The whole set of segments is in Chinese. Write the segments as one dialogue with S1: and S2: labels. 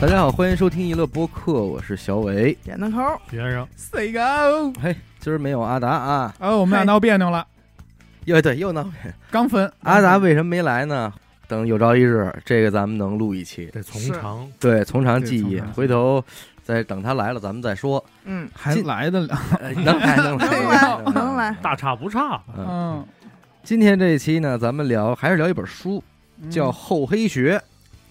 S1: 大家好，欢迎收听娱乐播客，我是小伟。
S2: 点灯口
S3: 先生，
S2: ，say go。
S1: 嘿，今儿没有阿达啊，
S3: 哦，我们俩
S2: 嗨
S3: 闹别扭了，
S1: 又对又闹。
S3: 刚分。
S1: 阿达为什么没来呢？等有朝一日，这个咱们能录一期，
S4: 得从长，
S1: 对，从长计
S3: 对
S1: 议
S3: 从，长计议
S1: 回头再等他来了，咱们再说。
S2: 嗯，
S3: 还来得了？
S1: 呃能来能来
S2: 能来能来
S4: 大差不差。
S1: 嗯，
S3: 嗯，
S1: 今天这一期呢，咱们聊还是聊一本书，
S3: 嗯
S1: 叫《厚黑学》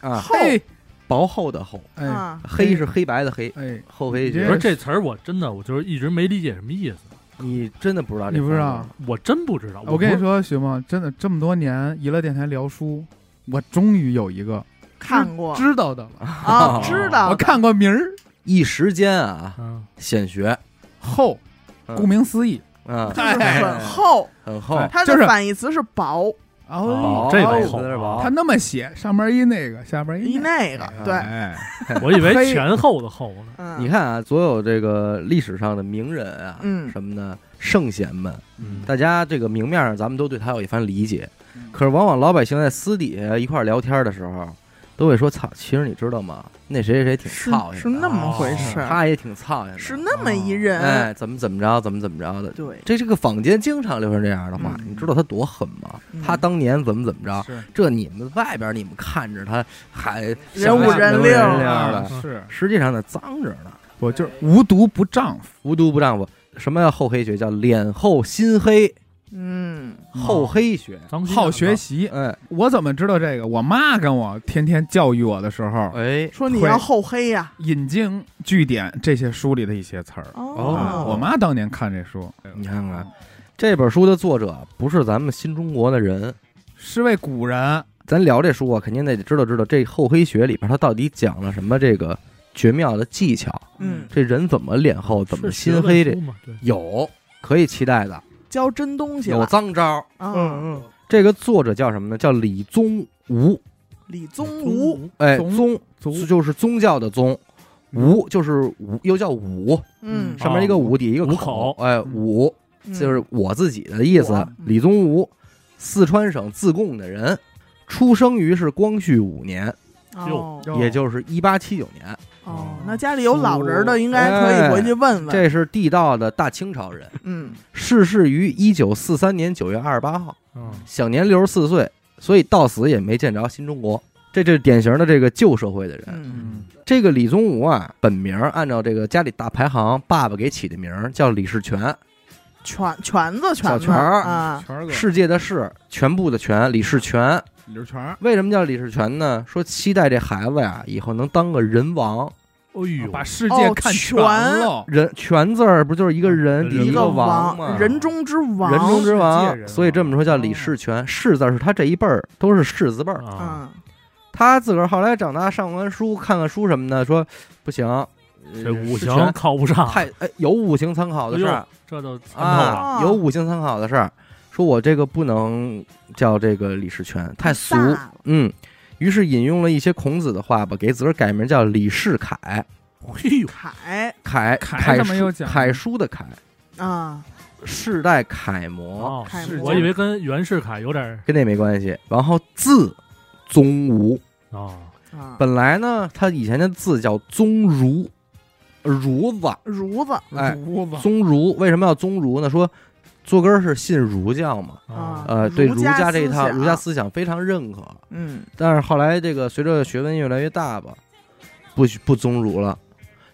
S1: 啊，
S2: 厚
S3: 嘿，
S1: 薄厚的厚，
S3: 嗯哎
S2: 啊，
S1: 黑是黑白的黑，
S3: 哎，
S1: 厚黑
S3: 你
S4: 不
S1: 学
S4: 是。这词儿，我真的我就是一直没理解什么意思，
S1: 你真的不知道这？
S3: 你不知道？？
S4: 我真不知道。
S3: 我跟你
S4: 不是，
S3: 说，雪梦，真的这么多年娱乐电台聊书，我终于有一个
S2: 看过
S3: 知道的了。
S2: 啊，知道
S3: 我看过名儿，
S1: 一时间啊，
S4: 嗯，
S1: 显学，
S3: 厚，
S1: 嗯
S3: 顾名思义。
S1: 嗯，
S2: 就是很
S1: 哎
S2: 厚，
S1: 很厚，
S3: 哎
S2: 它
S3: 就
S2: 的
S3: 是
S2: 反义词是薄，
S3: 哦，
S4: 这
S1: 个
S4: 个
S1: 有
S4: 厚啊
S1: 点
S3: 他
S1: 薄，
S3: 那么写，上面一那个，下边
S2: 一
S3: 那
S2: 那个
S3: 个。
S2: 对，
S3: 哎，
S4: 我以为
S3: 黑
S4: 前后的后呢。
S2: 嗯，
S1: 你看啊，所有这个历史上的名人啊，
S2: 嗯
S1: 什么的圣贤们，
S4: 嗯，
S1: 大家这个明面上咱们都对他有一番理解，
S2: 嗯
S1: 可是往往老百姓在私底下一块儿聊天的时候，都会说：“操，其实你知道吗？那谁谁谁挺
S2: 是
S1: 操心的，嗯
S2: 是那么回事儿，
S1: 他也挺操心的，
S2: 是那么一人，
S1: 哎，怎么怎么着，怎么怎么着的。”
S2: 对，
S1: 这这个坊间经常流传这样的话，
S3: 嗯
S1: 你知道他多狠吗？
S2: 嗯
S1: 他当年怎么怎么着？
S3: 是
S1: 这你们外边你们看着他还
S2: 人五
S1: 像
S2: 人
S1: 人
S2: 六
S1: 六
S3: 啊
S1: 的，
S3: 是，
S1: 实际上呢，脏着呢，
S3: 我就是无毒不丈夫，
S1: 无毒不丈夫。什么叫厚黑学？叫脸厚心黑，
S2: 嗯，
S1: 厚黑学。
S4: 脏心
S3: 好学
S4: 眼
S3: 习。
S1: 哎
S3: 我怎么知道这个？我妈跟我天天教育我的时候，
S1: 哎，
S2: 说你
S3: 会
S2: 要厚黑呀，
S3: 引经据典这些书里的一些词儿。啊
S1: 哦
S3: 我妈当年看这书，
S1: 你看看这本书的作者不是咱们新中国的人，
S3: 是位古人，
S1: 咱聊这书啊，肯定得知道知道这厚黑学里边它到底讲了什么这个绝妙的技巧，
S2: 嗯，
S1: 这人怎么脸厚，怎么
S4: 是
S1: 心黑，这
S4: 学问书嘛对
S1: 有可以期待的，
S2: 教真东西
S1: 有
S2: 了，
S1: 脏招。
S2: 嗯，
S1: 嗯，这个作者叫什么呢？叫李宗吾，
S2: 李
S4: 嗯
S2: 宗吾，
S4: 无
S1: 哎，
S3: 宗
S1: 宗
S3: 足
S1: 就是宗教的宗，吾就是吾，又叫吾，
S2: 嗯，
S1: 上面一个吾，底下一个
S4: 吾口
S1: 哎，吾
S2: 嗯
S1: 就是我自己的意思
S4: 我。
S1: 李宗吾，四川省自贡的人，出生于是光绪五年，
S2: 哦
S3: 哟
S1: 也就是一八七九年，
S2: 哦，那家里有老人的应该可
S1: 哎
S2: 以回去问问，
S1: 这是地道的大清朝人，
S2: 嗯，
S1: 逝世于一九四三年九月二十八号，
S4: 嗯，
S1: 享年六十四岁，所以到死也没见着新中国。这就是典型的这个旧社会的人。
S2: 嗯
S3: 嗯，
S1: 这个李宗吾啊，本名儿按照这个家里大排行爸爸给起的名儿叫李世全，
S2: 拳拳子拳
S1: 小
S2: 子
S1: 拳儿
S2: 啊，
S3: 全儿哥，
S1: 世界的世，全部的全，李世全。
S3: 李志全儿，
S1: 为什么叫李世全呢？说期待这孩子呀，以后能当个人王。
S4: 哎呦，
S3: 把世界看全了，
S1: 人全字儿不就是一个嗯人底
S4: 一
S1: 一
S4: 个
S1: 个
S2: 王
S1: 吗？
S2: 人中之王，
S1: 人中之
S4: 世界
S1: 王，嗯
S4: 人
S1: 所以这么说叫李世全。世字儿是他这一辈儿都是世字辈儿。
S4: 啊，
S2: 嗯，
S1: 他自个儿后来长大上完书，看看书什么的，说不行，呃
S4: 这五
S1: 世
S4: 行
S1: 全
S4: 靠不上，
S1: 太哎有五行参考的事
S4: 哎
S1: 儿
S4: 呦这都参透了。
S1: 啊，有五行参考的事儿。说我这个不能叫这个李世全，太俗
S2: 大。了
S1: 嗯，于是引用了一些孔子的话吧，给自个儿改名叫李世凯。
S4: 哎呦，
S2: 凯
S1: 凯
S3: 凯
S1: 凯
S3: 上面
S1: 书
S3: 有讲
S1: 凯书的凯，
S2: 啊，
S1: 世代楷模。
S4: 哦
S2: 楷
S3: 模
S4: 我以为跟袁世凯有点儿
S1: 跟那没关系。然后字宗吾，
S4: 啊，
S2: 啊
S1: 本来呢，他以前的字叫宗儒，儒
S2: 哦
S1: 子，
S2: 儒子
S1: 哎
S3: 屋子
S1: 宗儒。为什么要宗儒呢？说坐根儿是信儒教嘛，
S2: 啊
S1: 呃，对
S2: 儒
S1: 儒
S2: 家
S1: 家这一
S2: 思
S1: 套
S2: 想
S1: 儒家思想非常认可。
S2: 嗯，
S1: 但是后来这个随着学问越来越大吧，不许不宗儒了，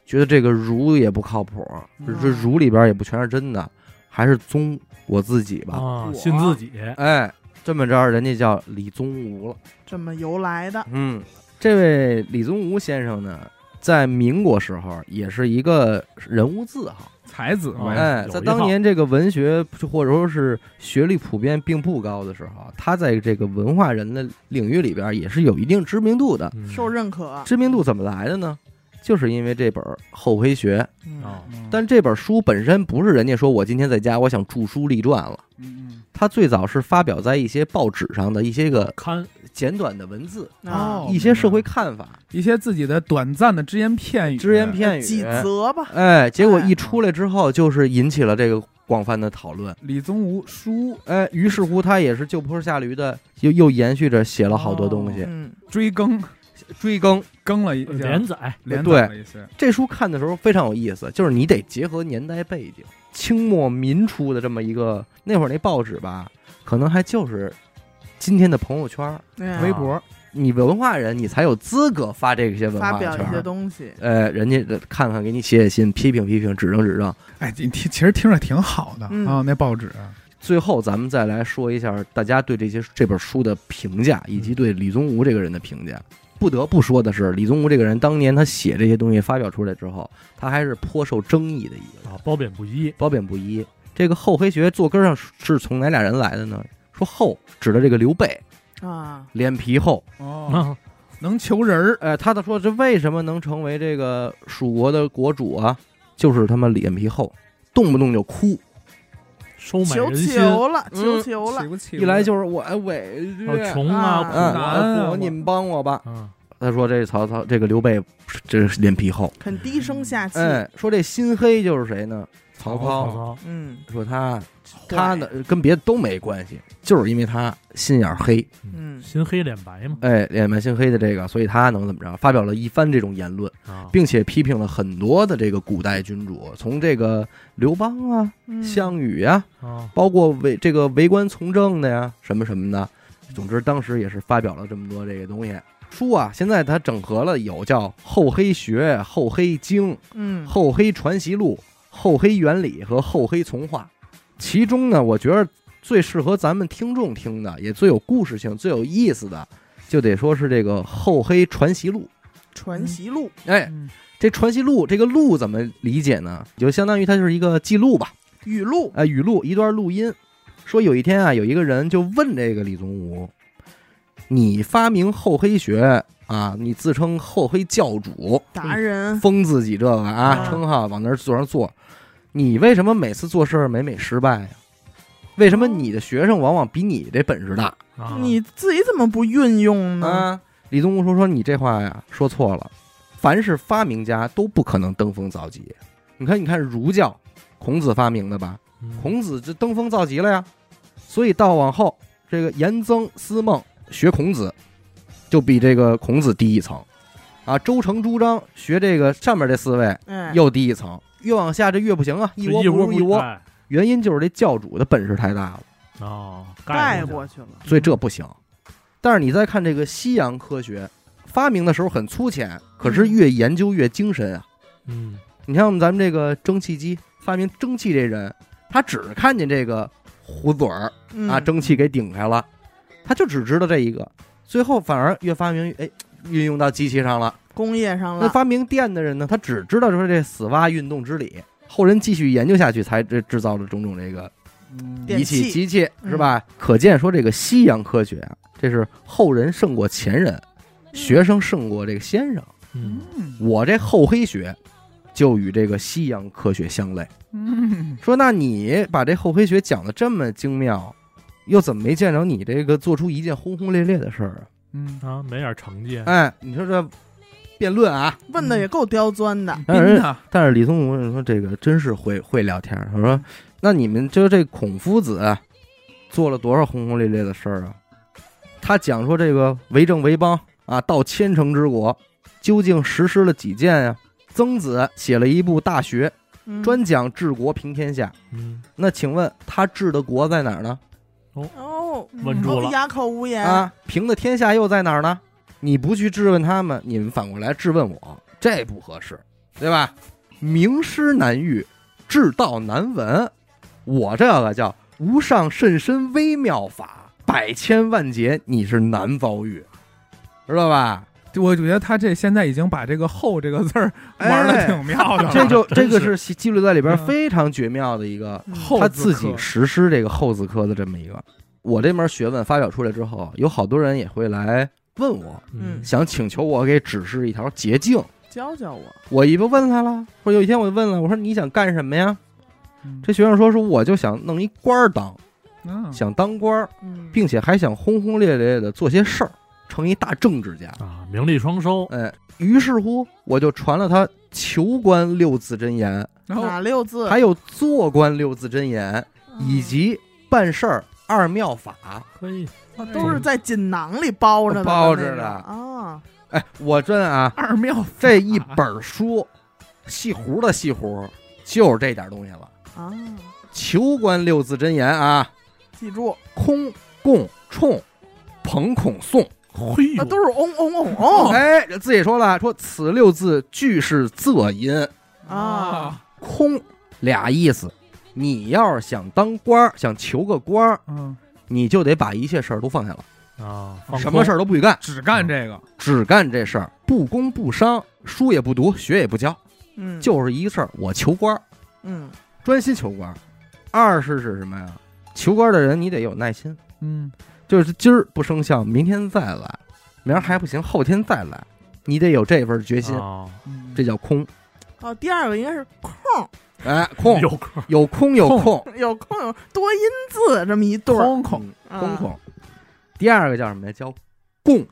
S1: 觉得这个儒也不靠谱，这
S2: 嗯
S1: 儒里边也不全是真的，还是宗我自己吧。
S4: 啊
S3: 我，
S4: 信自己，
S1: 哎，这么着人家叫李宗吾了。
S2: 这么由来的，
S1: 嗯，这位李宗吾先生呢，在民国时候也是一个人物字号。
S3: 才子
S4: 哦
S3: 为
S1: 哎，
S4: 有一
S1: 在当年这个文学或者说是学历普遍并不高的时候，他在这个文化人的领域里边也是有一定知名度的。
S4: 嗯
S2: 受认可，
S1: 知名度怎么来的呢？就是因为这本《厚黑学》，
S2: 嗯
S4: 啊，
S1: 但这本书本身不是人家说我今天在家我想著书立传了，
S3: 嗯
S1: 它最早是发表在一些报纸上的一些个
S4: 看
S1: 简短的文字，
S2: 啊
S3: 哦
S1: 一些社会看法、
S3: 一些自己的短暂的只言片语，
S1: 只言片语、
S2: 几则吧，
S1: 哎，结果一出来之后，就是引起了这个广泛的讨论。
S3: 李宗吾书
S1: 哎，于是乎他也是就坡下驴的，又又延续着写了好多东西，
S2: 嗯
S3: 追更
S1: 追更。
S3: 更了一
S4: 呃
S3: 下
S4: 连载，
S3: 连
S1: 对
S3: 载了一些，
S1: 这书看的时候非常有意思，就是你得结合年代背景，清末民初的这么一个那会儿那报纸吧，可能还就是今天的朋友圈儿，
S2: 嗯
S3: 微博
S1: 你文化人你才有资格发这些文
S2: 发
S1: 化
S2: 表
S1: 圈
S2: 一些
S1: 儿。
S2: 东西，
S1: 呃，人家看看，给你写写信，批评批评，指正指正。
S3: 哎，你听，其实听着挺好的
S2: 嗯
S3: 啊，那报纸，
S1: 最后，咱们再来说一下大家对这些这本书的评价，以及对李宗吾这个人的评价。不得不说的是，李宗吾这个人当年他写这些东西发表出来之后，他还是颇受争议的一个人。
S4: 啊，褒贬不一，
S1: 褒贬不一。这个厚黑学坐根上是从哪俩人来的呢？说厚指的这个刘备，
S2: 啊，
S1: 脸皮厚。
S3: 哦，
S4: 啊，
S3: 能求人儿，
S1: 呃，他的说这为什么能成为这个蜀国的国主啊？就是他妈脸皮厚，动不动就哭，
S4: 收买
S2: 求
S4: 人心，
S2: 求了，
S1: 嗯
S2: 求求了
S3: 起，不起
S1: 一来就是我哎委屈，
S4: 还有穷
S2: 啊
S4: 啊，苦
S1: 嗯，
S4: 难
S3: 啊
S1: 我你们帮我吧。
S4: 啊，
S1: 他说这曹操这个刘备这是脸皮厚，
S2: 很低声下气，
S1: 哎，说这心黑就是谁呢？曹
S4: 曹
S1: 操。
S4: 操
S2: 嗯
S1: 说他他呢跟别的都没关系，就是因为他心眼儿黑。
S2: 嗯
S4: 心黑脸白嘛，
S1: 哎，脸满心黑的这个，所以他能怎么着？发表了一番这种言论，
S4: 啊，
S1: 并且批评了很多的这个古代君主，从这个刘邦啊、
S2: 嗯，
S1: 项羽啊，
S4: 啊，
S1: 包括为这个为官从政的呀，什么什么的。总之，当时也是发表了这么多这个东西。书啊，现在它整合了有叫《厚黑学》《厚黑经》
S2: 嗯
S1: 《厚黑传习录》《厚黑原理》和《厚黑从话》，其中呢，我觉得最适合咱们听众听的，也最有故事性、最有意思的，就得说是这个《厚黑传习录
S2: 传习录，》。
S1: 哎，
S3: 嗯
S1: 这传习录这个录怎么理解呢？就相当于它就是一个记录吧，
S2: 语录，
S1: 啊、语录一段录音。说有一天啊，有一个人就问这个李宗吾：“你发明厚黑学啊，你自称厚黑教主，
S2: 达人，
S1: 封自己这个啊
S2: 啊
S1: 称号往那儿坐上坐，你为什么每次做事儿每每失败呀、为什么你的学生往往比你这本事大
S4: 啊
S2: 你自己怎么不运用呢？
S1: 啊？李宗吾说说你这话呀说错了，凡是发明家都不可能登峰造极。你看，你看儒教，孔子发明的吧？
S4: 嗯
S1: 孔子这登峰造极了呀。所以到往后，这个颜曾、司孟学孔子，就比这个孔子低一层。啊，周成、朱张学这个上面这四位，
S2: 哎，
S1: 嗯又低一层，越往下这越不行啊，一窝
S4: 一
S1: 不如一
S4: 一
S1: 窝。原因就是这教主的本事太大了，
S4: 哦，
S2: 带
S4: 过
S2: 过
S4: 去
S2: 去了，
S1: 所以这不行。但是你再看这个西洋科学，发明的时候很粗浅，可是越研究越精深啊。
S4: 嗯，
S1: 你像我们咱们这个蒸汽机发明蒸汽这人，他只看见这个壶嘴儿
S2: 嗯
S1: 啊，蒸汽给顶开了，他就只知道这一个，最后反而越发明哎。运用到机器上了。
S2: 工业上
S1: 那
S2: 了，
S1: 发明电的人呢？他只知道说这死蛙运动之理，后人继续研究下去，才制制造了种种这个
S3: 嗯
S2: 电
S1: 仪器、
S2: 器
S1: 机器
S2: 嗯
S1: 是吧？可见说这个西洋科学啊，这是后人胜过前人，
S2: 嗯
S1: 学生胜过这个先生。
S4: 嗯，
S3: 嗯
S1: 我这厚黑学就与这个西洋科学相类。
S3: 嗯，
S1: 说那你把这厚黑学讲的这么精妙，又怎么没见着你这个做出一件轰轰烈烈的事儿
S3: 嗯，
S4: 啊，没点成绩
S1: 啊？，哎，你说这辩论啊，
S2: 问的也够刁钻的，
S1: 让
S3: 真
S1: 人
S3: 的，
S1: 但是李宗吾说这个真是会会聊天儿。他说：“那你们就这孔夫子做了多少轰轰烈烈的事儿啊？他讲说这个为政为邦啊，到千乘之国，究竟实施了几件呀、曾子写了一部《大学》，
S2: 嗯
S1: 专讲治国平天下。
S4: 嗯，
S1: 那请问他治的国在哪儿呢？
S2: 哦，
S1: 嗯
S4: 稳住
S2: 哦
S4: 了，
S2: 哑口无言，
S1: 啊，平的天下又在哪儿呢？你不去质问他们，你们反过来质问我，这不合适，对吧？名师难遇，至道难闻。我这个叫无上甚深微妙法，百千万劫你是难遭遇，知道吧？
S3: 我觉得他这现在已经把这个“后”这个字儿玩 的
S1: 哎
S3: 挺妙的了，
S1: 这就这
S4: 真
S1: 个
S4: 是
S1: 是记记录在里边
S3: 啊嗯
S1: 非常绝妙的一个，
S2: 嗯
S3: 后
S1: 他自
S3: 字科
S1: 己实施这个后字科的这么一个。我这门学问发表出来之后，有好多人也会来问我，
S2: 嗯
S1: 想请求我给指示一条捷径。
S2: 教教我，
S1: 我一不问他了，说有一天我就问了，我说你想干什么呀？
S3: 嗯
S1: 这学生说说我就想弄一官儿当，
S3: 嗯
S1: 想当官儿，
S2: 嗯，
S1: 并且还想轰轰烈烈的做些事儿，成一大政治家。
S4: 啊，名利双收，
S1: 哎，于是乎我就传了他求官六字真言，
S3: 然后
S2: 哪六字，
S1: 还有做官六字真言，
S2: 嗯
S1: 以及办事儿二妙法。
S4: 可以，
S2: 啊都是在锦囊里包着的，
S1: 包着
S2: 那个
S1: 的
S2: 啊，
S1: 哎，我真啊，
S3: 二妙法
S1: 这一本书，细胡的细胡，就是这点东西了。
S2: 啊，
S1: 求官六字真言啊，
S2: 记住，
S1: 空、共、冲、彭、孔、宋。
S4: 嘿
S1: 啊
S4: 呦，
S2: 那啊都是嗡嗡嗡嗡
S1: 哎，自己说了，说此六字俱是仄音，
S2: 啊，
S1: 空俩意思。你要是想当官儿，想求个官儿，
S3: 嗯，
S1: 你就得把一切事儿都放下了，
S4: 啊，
S1: 什么事
S4: 儿？
S1: 儿都不许干，
S3: 只干这个，
S1: 只干这事儿，不攻不商，书也不读，学也不教，
S2: 嗯，
S1: 就是一事儿，我求官儿，
S2: 嗯
S1: 专心求官儿。二是指什么呀？求官儿的人你得有耐心，
S3: 嗯，
S1: 就是今儿不生效，明天再来，明儿还不行，后天再来，你得有这份决心，
S4: 啊，
S3: 嗯
S1: 这叫空。
S2: 哦，第二个应该是空，
S1: 哎，空
S4: 有空
S1: 有空有
S4: 空
S1: 空，嗯
S2: 有空有多音字这么一对儿，
S3: 空空
S2: 啊
S1: 空空。第二个叫什么呀？叫供，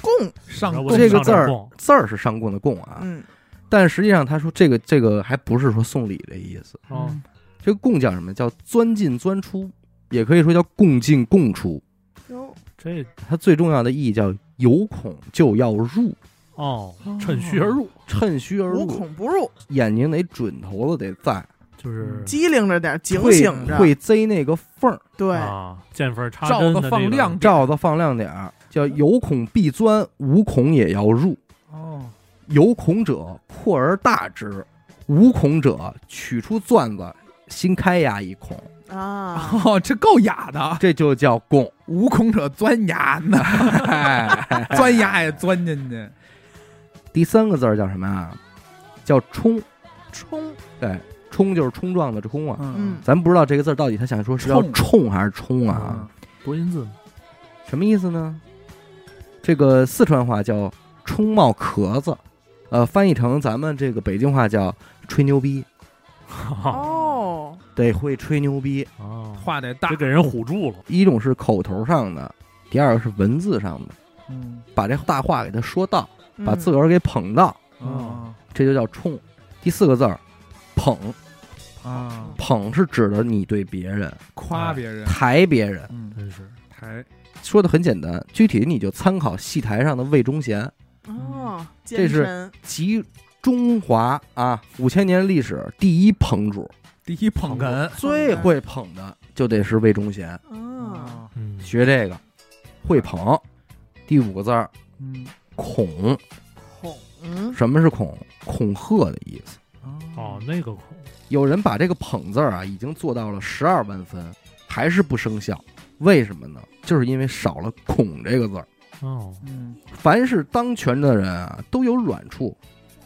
S2: 共，
S3: 上
S4: 我
S3: 供
S1: 这个
S4: 上
S1: 字儿
S4: 供
S1: 字儿是上供的供啊，
S2: 嗯，
S1: 但实际上他说这个这个还不是说送礼的意思，
S4: 啊，
S3: 嗯
S1: 这个供叫什么？叫钻进钻出，也可以说叫共进共出。
S2: 哟，
S4: 这
S1: 它最重要的意义叫有孔就要入，
S4: 哦，趁虚而入，
S1: 趁虚而入，
S2: 无孔不入，
S1: 眼睛得准头子得在，嗯
S4: 就是
S2: 机灵着点儿，警
S1: 会
S2: 醒着，
S1: 会贼那个缝儿，
S2: 对，
S4: 啊，见缝儿插
S3: 罩
S4: 针
S3: 子
S4: 的
S3: 放
S4: 这个
S3: 亮
S1: 罩子放亮点儿，叫
S2: 嗯
S1: 有孔必钻，无孔也要入。
S3: 哦，
S1: 有孔者扩而大之，无孔者取出钻子，新开牙一孔，
S2: 啊，
S3: 哦，这够雅的，
S1: 这就叫供。
S3: 无孔者钻牙呢，
S1: 哎，
S3: 钻牙也钻进去，
S1: 第三个字儿叫什么啊？叫冲，
S2: 冲，
S1: 对，冲就是冲撞的冲啊。
S2: 嗯，
S1: 咱不知道这个字儿到底他想说是要
S3: 冲
S1: 冲还是冲
S3: 嗯
S1: 啊？
S4: 多音字
S1: 什么意思呢？这个四川话叫冲冒壳子，呃，翻译成咱们这个北京话叫吹牛逼，啊
S2: 哦，
S1: 得会吹牛逼。
S4: 啊，
S3: 话得大
S4: 这，给人唬住了，
S1: 一种是口头上的，第二个是文字上的。
S3: 嗯，
S1: 把这大话给他说到，
S2: 嗯
S1: 把自个儿给捧到，
S3: 哦
S1: 这就叫冲。第四个字儿，捧，
S3: 啊，
S1: 捧是指的你对别人
S3: 夸别人，
S1: 抬别人，
S3: 嗯，
S4: 真是
S3: 抬，
S1: 说的很简单，具体你就参考戏台上的魏忠贤，
S2: 哦，
S1: 这是
S2: 是
S1: 集中华啊五千年历史第一捧主，
S3: 第一捧哏，
S1: 最会捧的就得是魏忠贤，
S2: 啊，
S3: 啊，
S4: 嗯，
S1: 学这个会捧。第五个字儿，
S3: 嗯，
S1: 恐，
S2: 孔，嗯
S1: 什么是恐？恐吓的意思。
S3: 嗯
S4: 哦，那个孔
S1: 有人把这个“捧”字儿啊，已经做到了十二万分，还是不生效。为什么呢？就是因为少了“孔”这个字儿。
S4: 哦，
S3: 嗯，
S1: 凡是当权的人啊，都有软处，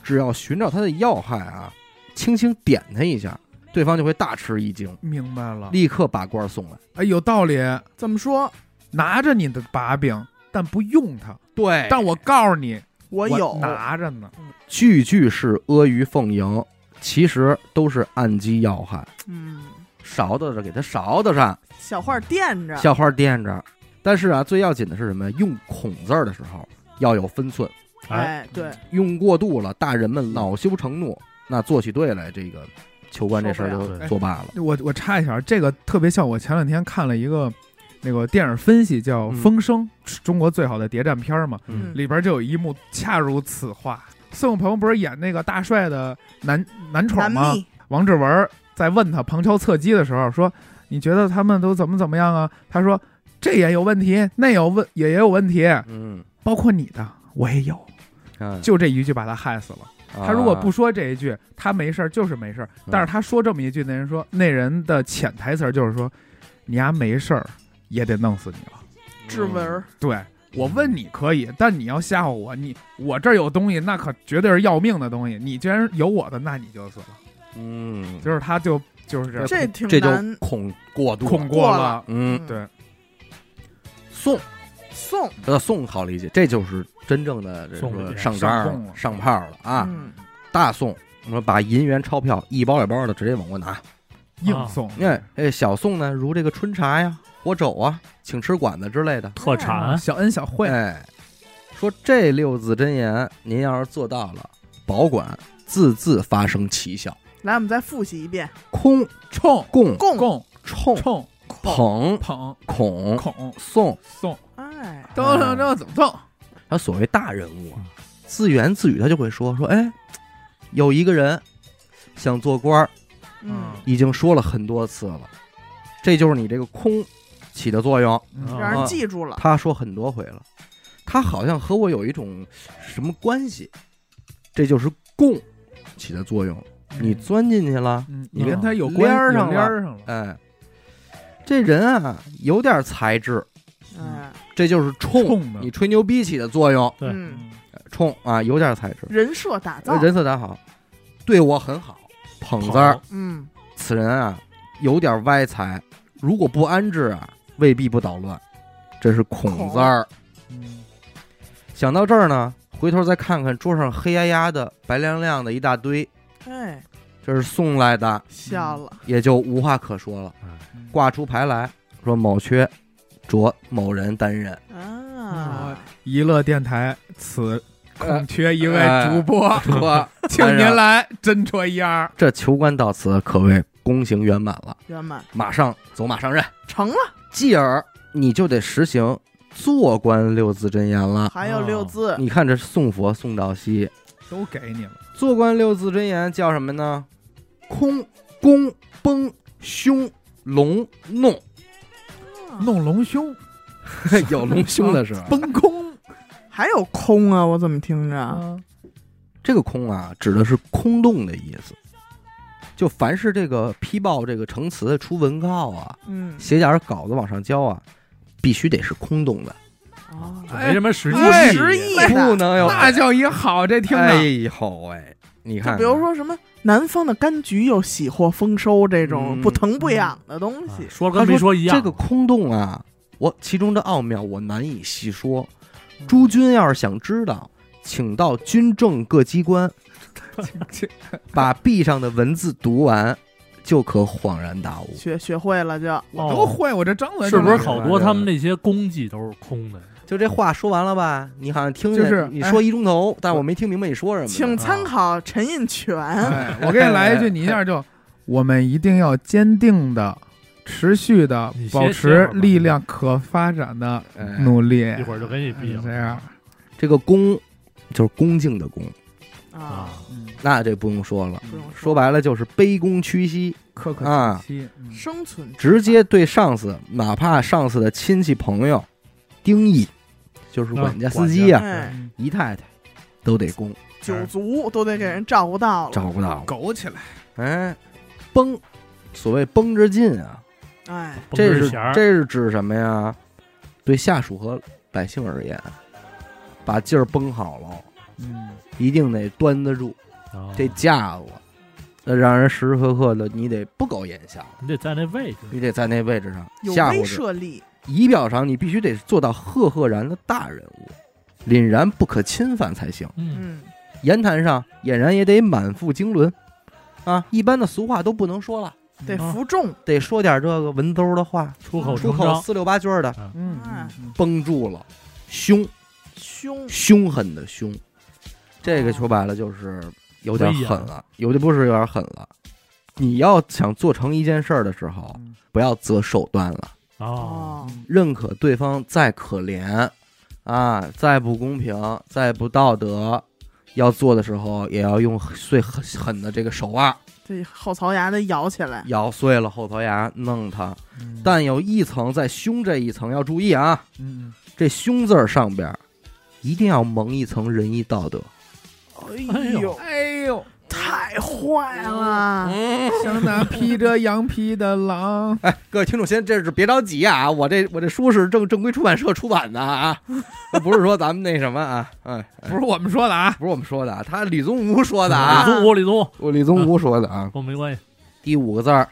S1: 只要寻找他的要害啊，轻轻点他一下，对方就会大吃一惊，
S3: 明白了，
S1: 立刻把官儿送来。
S3: 哎，有道理，
S2: 怎么说？
S3: 拿着你的把柄，但不用它，
S1: 对
S3: 但我告诉你，
S2: 我
S3: 我
S2: 有，
S3: 拿着呢，
S1: 句句是阿谀奉迎，其实都是暗击要害，
S2: 嗯，
S1: 勺子着给他勺子上，
S2: 小画垫着，
S1: 校花垫着。但是啊，最要紧的是什么？用“孔”字儿的时候要有分寸。
S4: 哎，
S2: 哎，对，
S1: 用过度了，大人们恼羞成怒，那做起对来，这个求官这事儿
S4: 受不了
S1: 就
S4: 对
S1: 作罢了。
S3: 我我插一下，这个特别像我前两天看了一个那个电影分析，叫
S1: 嗯
S3: 《风声》，中国最好的谍战片儿嘛，
S2: 嗯
S3: 里边就有一幕恰如此话。孙悟空不是演那个大帅的男男宠
S2: 男
S3: 吗？
S2: 密，
S3: 王志文在问他旁敲侧击的时候说：“你觉得他们都怎么怎么样啊？”他说：“这也有问题，那有问也也有问题，
S1: 嗯，
S3: 包括你的，我也有。”
S1: 嗯
S3: 就这一句把他害死了。
S1: 啊
S3: 他如果不说这一句，他没事儿就是没事儿。但是他说这么一句，那人说那人的潜台词儿就是说，你丫没事儿也得弄死你了。
S2: 志文儿，
S3: 对我问你可以，但你要吓唬我，你我这儿有东西，那可绝对是要命的东西。你既然有我的，那你就死了。
S1: 嗯，
S3: 就是他就就是这样
S2: 这挺
S1: 这就
S2: 难
S1: 恐过度了
S3: 恐嗯
S2: 过
S3: 了
S2: 了。
S1: 嗯，
S2: 嗯
S3: 对，
S1: 送
S2: 送，
S1: 呃送好理解，这就是真正的这
S4: 送
S1: 说
S4: 礼
S1: 上张
S3: 上供
S1: 了
S3: 了
S1: 上炮了啊！
S2: 嗯，
S1: 大送，我说把银元钞票一包两包的直接往过拿。
S3: 硬送。
S1: 哎哎，小送呢，如这个春茶呀、火肘啊、请吃馆子之类的。
S4: 特产
S3: 小恩小惠，
S1: 哎，说这六字真言，您要是做到了，保管字字发
S2: 嗯
S1: 生奇效。
S2: 来，我们再复习一遍，
S1: 空
S3: 冲
S1: 共
S2: 共
S3: 共
S1: 冲
S3: 冲
S1: 捧、
S2: 空，
S3: 捧
S1: 孔、
S3: 孔
S1: 宋，
S3: 宋，
S2: 哎，
S3: 都都都怎么送？
S1: 他所谓大人物啊，自言自语他就会说说，哎，有一个人想做官儿，
S2: 嗯，
S1: 已经说了很多次了，这就是你这个空起的作用。
S3: 嗯
S2: 让
S4: 啊
S2: 人记住了，
S1: 他说很多回了，他好像和我有一种什么关系，这就是供起的作用。你钻进去了，
S3: 嗯，
S1: 你
S3: 你
S1: 跟
S3: 跟他有
S1: 关
S3: 关
S1: 有
S3: 边
S1: 边
S3: 儿
S1: 儿
S3: 上了，
S1: 哎，这人啊有点才智，
S2: 哎，
S1: 这就是冲
S3: 冲的
S1: 你吹牛逼起的作用，
S4: 对
S2: 嗯，
S1: 冲啊有点才智，
S2: 人设打造
S1: 呃，人色打好，对我很好，捧
S4: 捧
S1: 字儿。
S2: 嗯，
S1: 此人啊有点歪才，如果不安置啊，未必不捣乱。这是孔字儿。
S3: 嗯
S1: 想到这儿呢，回头再看看桌上黑压压的、白亮亮的一大堆，
S2: 哎，
S1: 这是送来的，
S2: 笑了，
S1: 也就无话可说了。
S3: 嗯
S1: 挂出牌来说某缺，着某人担任。
S2: 啊，
S3: 娱乐电台此空缺一位主播，
S1: 说
S3: 请您来斟酌一二。
S1: 这求官到此可谓功行圆满了，
S2: 圆满
S1: 马上走马上任。
S2: 成了，
S1: 继而你就得实行做官六字真言了。
S2: 还有六字，
S1: 你看这宋佛宋道熙
S3: 都给你了，
S1: 做官六字真言叫什么呢？空、公、崩、凶、龙、弄。
S2: 哦
S3: 弄隆胸，
S1: 有隆胸的时候，
S3: 崩空
S2: 还有空啊，我怎么听着？
S3: 啊，
S1: 这个空啊，指的是空洞的意思。就凡是这个批报这个成词出文告啊，
S2: 嗯，
S1: 写点稿子往上交啊，必须得是空洞的，
S2: 哦，
S4: 就没什么实际
S3: 哎
S4: 意义啊
S2: 实意
S1: 不能有。
S3: 那叫一好，这听
S1: 哎
S3: 着
S1: 呦喂，你
S2: 就
S1: 看，
S2: 比如说什么南方的柑橘又喜获丰收这种
S1: 嗯
S2: 不疼不痒的东
S4: 啊
S2: 西，
S4: 说了跟没说一样。
S1: 这个空洞啊，我其中的奥妙我难以细说。诸君要是想知道，请到军政各机 关，
S3: 这
S1: 把壁上的文字读完，就可恍然大悟。
S2: 学学会了就
S3: 都
S4: 哦，
S3: 会，我这张嘴
S4: 是不是
S1: 这
S4: 好多他们那些功绩都是空的？
S1: 就这话说完了吧？你好像听见
S3: 就是
S1: 你说一钟头，但哎我没听明白你说什么呢。
S2: 请参考陈印
S1: 啊
S2: 泉。
S3: 哎，我给你来一 句，你一下就，我们一定要坚定的、持续的
S4: 你歇
S3: 保
S4: 歇会
S3: 持
S4: 儿吧
S3: 力量可发展的
S1: 哎
S3: 努力。哎
S4: 一会儿就给你毙
S3: 是
S4: 了。
S3: 这样，
S1: 这个恭，就是恭敬的恭，
S2: 啊
S4: 啊，，
S3: 嗯，
S1: 那这不用说了。
S2: 不用
S1: 嗯说白了就是卑躬屈膝，
S3: 苛
S1: 啊
S3: 刻气息，嗯
S2: 生存之
S1: 直接对上司，哪怕上司的亲戚朋友、丁义，就是管家司机
S4: 那
S1: 啊、
S2: 哎，
S3: 嗯
S1: 姨太太，都得恭，
S2: 九族都得给人照顾到了，
S1: 哎照顾到。
S3: 苟起来，
S1: 哎，绷，所谓绷着劲啊，
S2: 哎，
S4: 绷
S1: 这
S4: 根
S1: 是
S4: 弦儿
S1: 这是指什么呀？对下属和百姓而言，把劲儿绷好了，
S3: 嗯，
S1: 一定得端得住。
S4: 啊
S1: 这架子，呃，让人时时刻刻的，你得不苟言笑，
S4: 你得在那位置。
S1: 你得在那位置上
S2: 有
S1: 吓
S2: 威
S1: 唬着。
S2: 慑力，
S1: 仪表上你必须得做到赫赫然的大人物，凛然不可侵犯才行。
S4: 嗯，
S2: 嗯，
S1: 言谈上俨然也得满腹经纶，啊，一般的俗话都不能说了，
S2: 得
S4: 啊
S2: 服众，
S1: 得说点这个文绉的话，
S4: 出口
S1: 出
S4: 成
S1: 口
S4: 章，
S1: 四六八句儿的，
S3: 嗯，
S2: 哎
S3: 嗯嗯
S1: 绷住了，凶
S2: 凶，
S1: 凶狠的凶，这个说白了就是有点狠了，有的不是有点狠了。你要想做成一件事儿的时候，
S3: 嗯
S1: 不要择手段了，
S4: 哦，
S2: 哦，
S1: 认可对方再可怜，啊，再不公平，再不道德，要做的时候也要用最狠狠的这个手腕
S2: 这后槽牙得咬起来，
S1: 咬碎了后槽牙，弄他。
S3: 嗯
S1: 但有一层在胸这一层要注意啊，
S3: 嗯
S1: 这胸字儿上边儿一定要蒙一层仁义道德。
S2: 哎
S4: 哎
S2: 呦
S4: 呦，
S3: 哎呦，
S2: 太坏了，
S1: 嗯，
S3: 像那披着羊皮的狼，
S1: 哎，各位听众，先这是别着急啊，我这我这书是正正规出版社出版的啊，这不是说咱们那什么啊，哎，
S3: 不是我们说的啊，
S1: 不是我们说的啊，他李宗吾说的
S4: 李
S1: 啊，
S4: 宗吾，李宗吾
S1: 我李宗吾说的啊。
S4: 跟我哦没关系。
S1: 第五个字儿，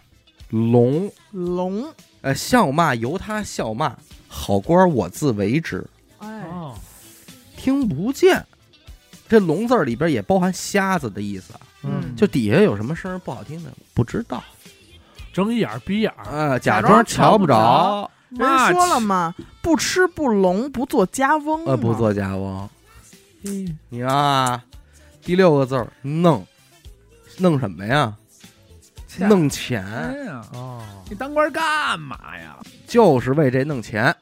S1: 龙，
S2: 龙，
S1: 呃，笑骂由他笑骂，好官我自为之，嗯
S2: 哎，
S4: 哦，
S1: 听不见。这龙字儿里边也包含瞎子的意思啊，
S2: 嗯
S1: 就底下有什么声儿不好听的不知道，
S4: 睁一眼闭眼儿，
S1: 呃，假
S2: 假
S1: 装
S2: 装
S1: 瞧
S2: 瞧
S1: 不
S2: 不
S1: 着
S2: 着，人
S3: 骂
S2: 说
S3: 起
S2: 了嘛，不吃不聋，不做家翁嘛，
S1: 呃，不做家翁。
S4: 嗯
S1: 你看啊，第六个字儿弄，弄什么呀？
S3: 钱
S1: 弄钱，
S3: 哎呀，
S4: 哦，
S3: 你当官干嘛哎呀？
S1: 就是为这弄钱，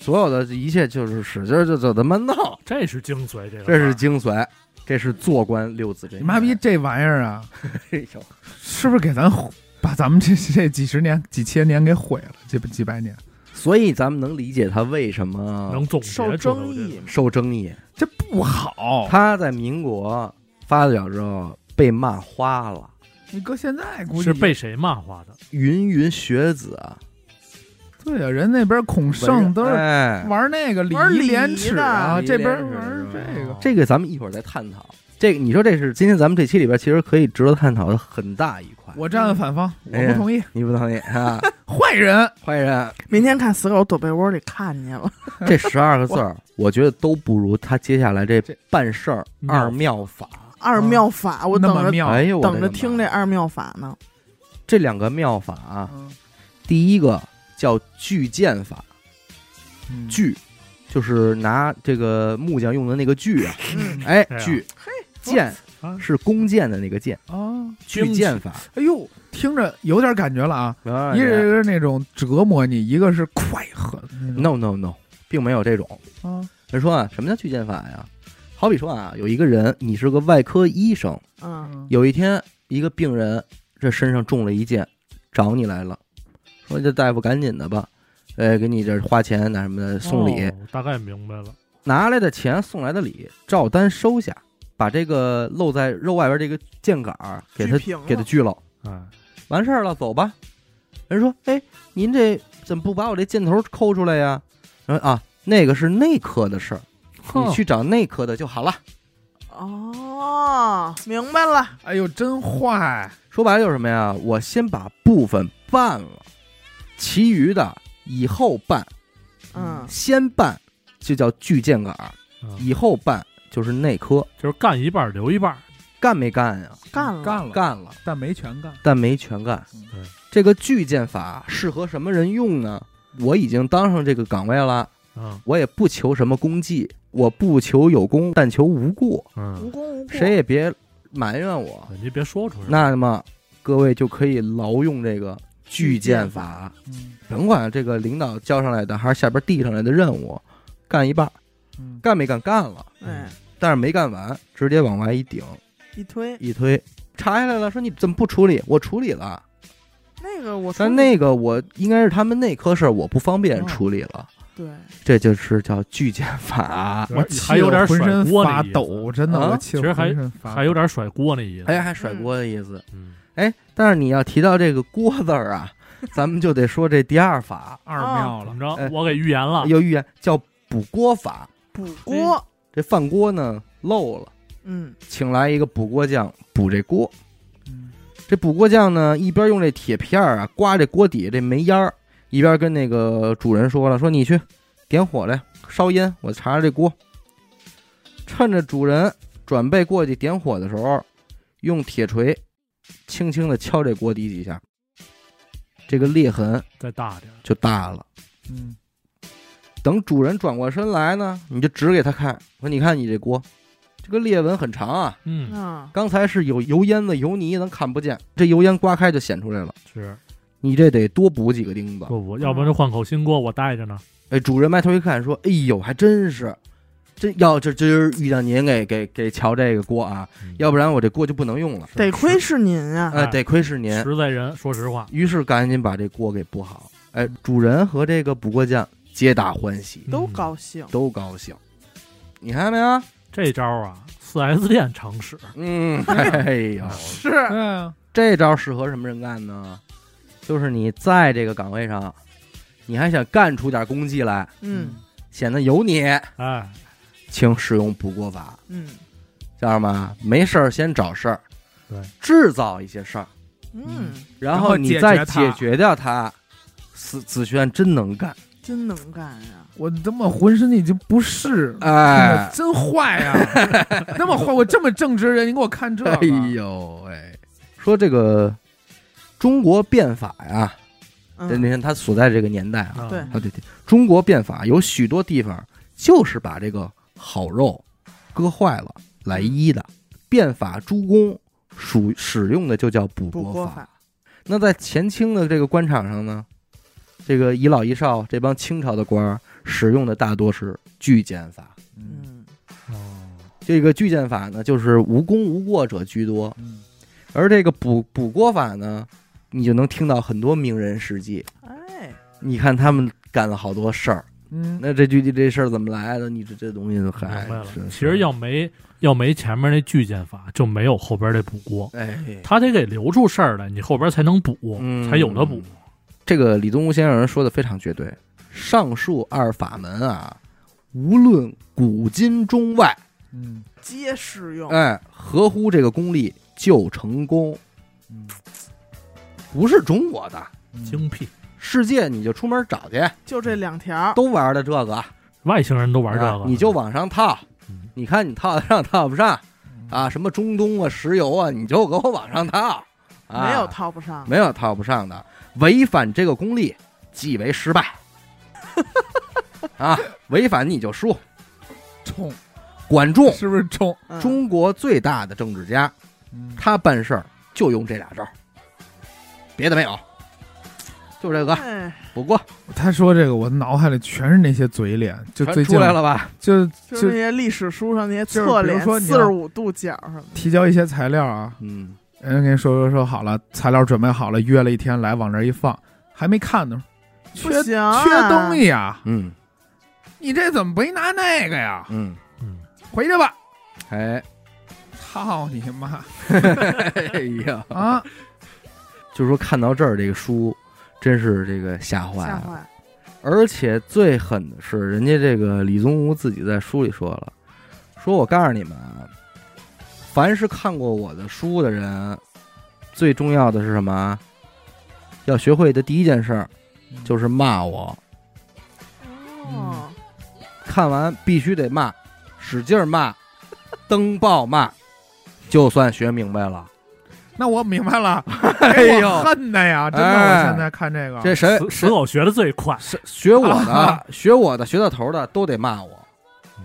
S1: 所有的一切就是使劲儿就就他妈弄，
S4: 哦这是精髓，这个
S1: 这是精
S4: 精
S1: 髓，这是做官六字真
S3: 你
S1: 言。
S3: 妈逼这玩意儿啊，
S1: 哎呦！
S3: 是不是给咱毁把咱们这这几十年、几千年给毁了？这不几百年，
S1: 所以咱们能理解他为什么
S4: 能总结出来
S2: 受
S4: 我
S2: 争
S4: 觉得
S2: 议，
S1: 受争议。
S3: 这不好。
S1: 他在民国发表之后被骂花了，
S3: 你搁现在估计
S4: 是被谁骂花的？
S1: 芸芸学子啊，
S3: 对啊，人那边孔圣都是
S1: 哎，
S3: 玩那个礼
S2: 玩
S3: 仪
S2: 礼仪
S3: 廉耻啊，
S1: 的
S3: 这边
S1: 礼仪廉
S3: 玩
S1: 耻
S3: 这个。
S1: 这个咱们一会儿再探讨。这个你说这是今天咱们这期里边其实可以值得探讨的很大一块。
S3: 我站反方，我
S1: 哎呀
S3: 不同意，
S1: 你不 同意啊？
S3: 坏人。
S1: 坏人，
S2: 明天看死狗躲被窝里看见了，
S1: 这十二个字儿，我觉得都不如他接下来这
S3: 这
S1: 办事儿
S4: 妙
S1: 二妙法。
S2: 二
S1: 嗯
S2: 妙法，我
S3: 那
S2: 等
S3: 么
S2: 着
S3: 妙，
S1: 哎呦，我的
S2: 等
S1: 个
S2: 着
S1: 妈
S2: 听这二妙法呢。
S1: 这两个妙法啊，
S3: 嗯
S1: 第一个叫巨剑法，
S3: 嗯
S1: 锯，就是拿这个木匠用的那个锯啊，
S2: 嗯，
S1: 哎
S4: 哎，呀
S1: 锯，剑
S4: 啊
S1: 是弓箭的那个箭，
S3: 啊，
S1: 锯剑法。
S3: 哎呦，听着有点感觉了啊！一个
S1: 人
S3: 是那种折磨你，一个是快狠那种
S1: no no no，并没有这种。
S3: 啊，
S1: 人说啊，什么叫锯剑法呀？好比说啊，有一个人，你是个外科医生，
S2: 嗯，
S3: 嗯
S1: 有一天一个病人这身上中了一箭，找你来了，说这大夫赶紧的吧，呃，给你这花钱那什么的送礼，
S4: 哦我大概明白了。
S1: 拿来的钱送来的礼照单收下，把这个露在肉外边这个箭杆儿给他
S2: 锯平了
S1: 给他锯了。
S4: 哎，
S1: 完事儿了，走吧。人说：“哎，您这怎么不把我这箭头抠出来呀？”然后啊，那个是内科的事儿，你去找内科的就好了。
S2: 哦，明白了，
S3: 哎呦，真坏！
S1: 说白了就是什么呀？我先把部分办了，其余的以后办，
S2: 嗯，
S1: 先办就叫锯箭杆儿，
S4: 嗯
S1: 以后办就是内科。
S4: 就是干一半儿留一半儿，
S1: 干没干呀？
S2: 干了，
S3: 干了，
S1: 干了，
S3: 但没全干。
S1: 但没全干
S3: 嗯
S4: 对。
S1: 这个锯箭法适合什么人用呢？我已经当上这个岗位了，
S4: 嗯
S1: 我也不求什么功绩，我不求有功，但求无过，
S2: 无
S4: 嗯，
S2: 功无过，
S1: 谁也别埋怨我。
S4: 你别说出来。
S1: 那么各位就可以劳用这个巨剑
S2: 巨
S1: 法，
S3: 嗯
S1: 甭管这个领导交上来的还是下边递上来的任务，干一半，
S3: 嗯，
S1: 干没干干了，
S2: 哎，
S1: 但是没干完，直接往外一顶
S2: 一推
S1: 一推，查下来了，说你怎么不处理？我处理了，
S2: 那个我说
S1: 但那个我应该是他们内科事儿，我不方便处理了，
S2: 对
S1: 这就是叫巨剑法。
S4: 对
S3: 我
S4: 还
S3: 气
S4: 还有
S3: 得
S4: 点
S3: 浑
S4: 甩
S3: 身
S4: 锅
S3: 发
S4: 那意思
S3: 抖，真的，
S1: 啊
S3: 我气得
S4: 其实还
S3: 浑身发抖
S2: 嗯
S4: 还有点甩锅那意思。
S1: 哎，还甩锅的意思。
S4: 嗯，
S1: 哎，但是你要提到这个锅字儿啊，咱们就得说这第二 法，
S3: 二妙
S4: 怎
S3: 了
S4: 么。
S1: 哎
S4: 着？嗯我给预言了，
S1: 有预言叫补锅法。
S2: 补
S1: 嗯
S2: 锅，
S1: 这饭锅呢漏了，
S2: 嗯，
S1: 请来一个补锅匠补这锅。
S3: 嗯
S1: 这补锅匠呢，一边用这铁片儿啊刮这锅底下这煤烟儿，一边跟那个主人说了，说你去点火来烧烟，我查查这锅。趁着主人准备过去点火的时候，用铁锤轻轻的敲这锅底几下，这个裂痕
S4: 再大点儿。
S1: 就大了。
S3: 嗯，
S1: 等主人转过身来呢，你就指给他看，说你看你这锅，这个裂纹很长啊，
S4: 嗯，
S2: 啊，
S1: 刚才是有油烟子、油泥，咱看不见，这油烟刮开就显出来了。
S4: 是
S1: 你这得多补几个钉子。
S4: 不不，要不然就换口新锅，我带着呢。
S1: 哎，主人埋头一看，说：“哎呦，还真是，真要这今儿遇到您给给给瞧这个锅啊，
S4: 嗯
S1: 要不然我这锅就不能用了。
S2: 得亏是您啊，
S1: 哎，得亏是您。
S4: 实在人，说实话，
S1: 于是赶紧把这锅给补好。哎，主人和这个补锅匠皆大欢喜，
S2: 都
S4: 嗯
S2: 高兴，
S1: 都高兴。你看见没有？
S4: 这招啊，四 S 店常使。
S1: 嗯， 哎呦，
S2: 是
S3: 对啊，
S1: 这招适合什么人干呢？就是你在这个岗位上，你还想干出点功绩来，
S2: 嗯
S1: 显得有你，
S4: 哎，
S1: 请使用补锅法。
S2: 嗯
S1: 知道吗？没事儿先找事儿，
S4: 对，
S1: 制造一些事儿，
S2: 嗯，
S1: 然
S3: 后
S1: 你
S3: 解
S1: 再
S3: 决它
S1: 解决掉它。子子轩真能干，
S2: 真能干呀，
S3: 我他妈浑身已经不适了。
S1: 哎，
S3: 真坏呀！ 那么坏，我这么正直人，你给我看这个，
S1: 哎呦喂、说这个中国变法呀，这你
S2: 嗯，
S1: 看他所在这个年代啊，
S4: 啊
S2: 对
S1: 啊对对，中国变法有许多地方就是把这个好肉割坏了来医的，变法诸公属使用的就叫补
S2: 补
S1: 锅
S2: 锅
S1: 法。
S2: 法，
S1: 那在前清的这个官场上呢，这个一老一少这帮清朝的官儿使用的大多是拒谏法。
S3: 嗯
S2: 嗯，
S4: 哦，
S1: 这个拒谏法呢，就是无功无过者居多，
S3: 嗯，
S1: 而这个补补锅法呢，你就能听到很多名人事迹。
S2: 哎，
S1: 你看他们干了好多事儿，
S3: 嗯，
S1: 那这具体这事儿怎么来的？你这这东西还
S4: 明白了
S1: 真。是
S4: 其实要没要没前面那巨剑法，就没有后边这补锅。
S1: 哎，
S4: 他得给留出事儿来，你后边才能补，
S1: 嗯
S4: 才有的补。
S1: 这个李宗吾先生说的非常绝对，上述二法门啊，无论古今中外，
S3: 嗯
S2: 皆适
S4: 哦
S2: 用。
S1: 哎，合乎这个功力就成功，
S3: 嗯
S1: 不是中国的，
S3: 嗯，
S4: 精辟，
S1: 世界你就出门找去，
S2: 就这两条，
S1: 都玩的这个，
S4: 外星人都玩这
S1: 啊
S4: 个，
S1: 你就往上套
S4: 嗯，
S1: 你看你套得上套不上
S3: 嗯
S1: 啊？什么中东啊、石油啊，你就给我往上套，啊、
S2: 没有套不上。
S1: 没有套不上的，违反这个功力即为失 败，啊，违反你就输。
S3: 冲，
S1: 管仲，
S3: 是不是冲？
S2: 嗯
S1: 中国最大的政治家，
S3: 嗯
S1: 他办事儿就用这俩招儿，别的没有，就这个
S2: 哎，
S1: 补锅，
S3: 他说这个，我脑海里全是那些嘴脸，就最
S1: 全
S3: 近
S1: 出来，了吧？
S3: 就
S2: 就是
S3: 就
S2: 那些历史书上那些
S3: 就是
S2: 侧
S3: 比如
S2: 脸、
S3: 说你
S2: 四
S3: 要
S2: 十五度角什么的。
S3: 提交一些材料啊，
S1: 嗯，
S3: 人家给你说说说好了，材料准备好了，约了一天来，往这一放，还没看呢，缺
S2: 不行、
S3: 缺东。西啊！
S1: 嗯
S3: 你这怎么没拿那个呀？
S1: 嗯，
S4: 嗯，
S3: 回去吧！
S1: 哎，
S3: 操你妈
S1: 哎呀，
S3: 啊！
S1: 就是说看到这儿，这个书真是这个吓坏
S2: 吓
S1: 了。
S2: 坏！
S1: 而且最狠的是，人家这个李宗吾自己在书里说了，说我告诉你们啊，凡是看过我的书的人，最重要的是什么啊？要学会的第一件事儿就是骂我，
S2: 哦，
S1: 看完必须得骂，使劲儿骂，登报骂，就算学明白了。
S3: 那我明白了，
S1: 哎
S3: 哎
S1: 呦啊
S3: 恨的呀！真的，
S1: 哎
S3: 我现在看这个，
S1: 这谁
S4: 死死
S1: 谁
S4: 狗学的最快，
S1: 谁学我的 学我的学到头的都得骂我。嗯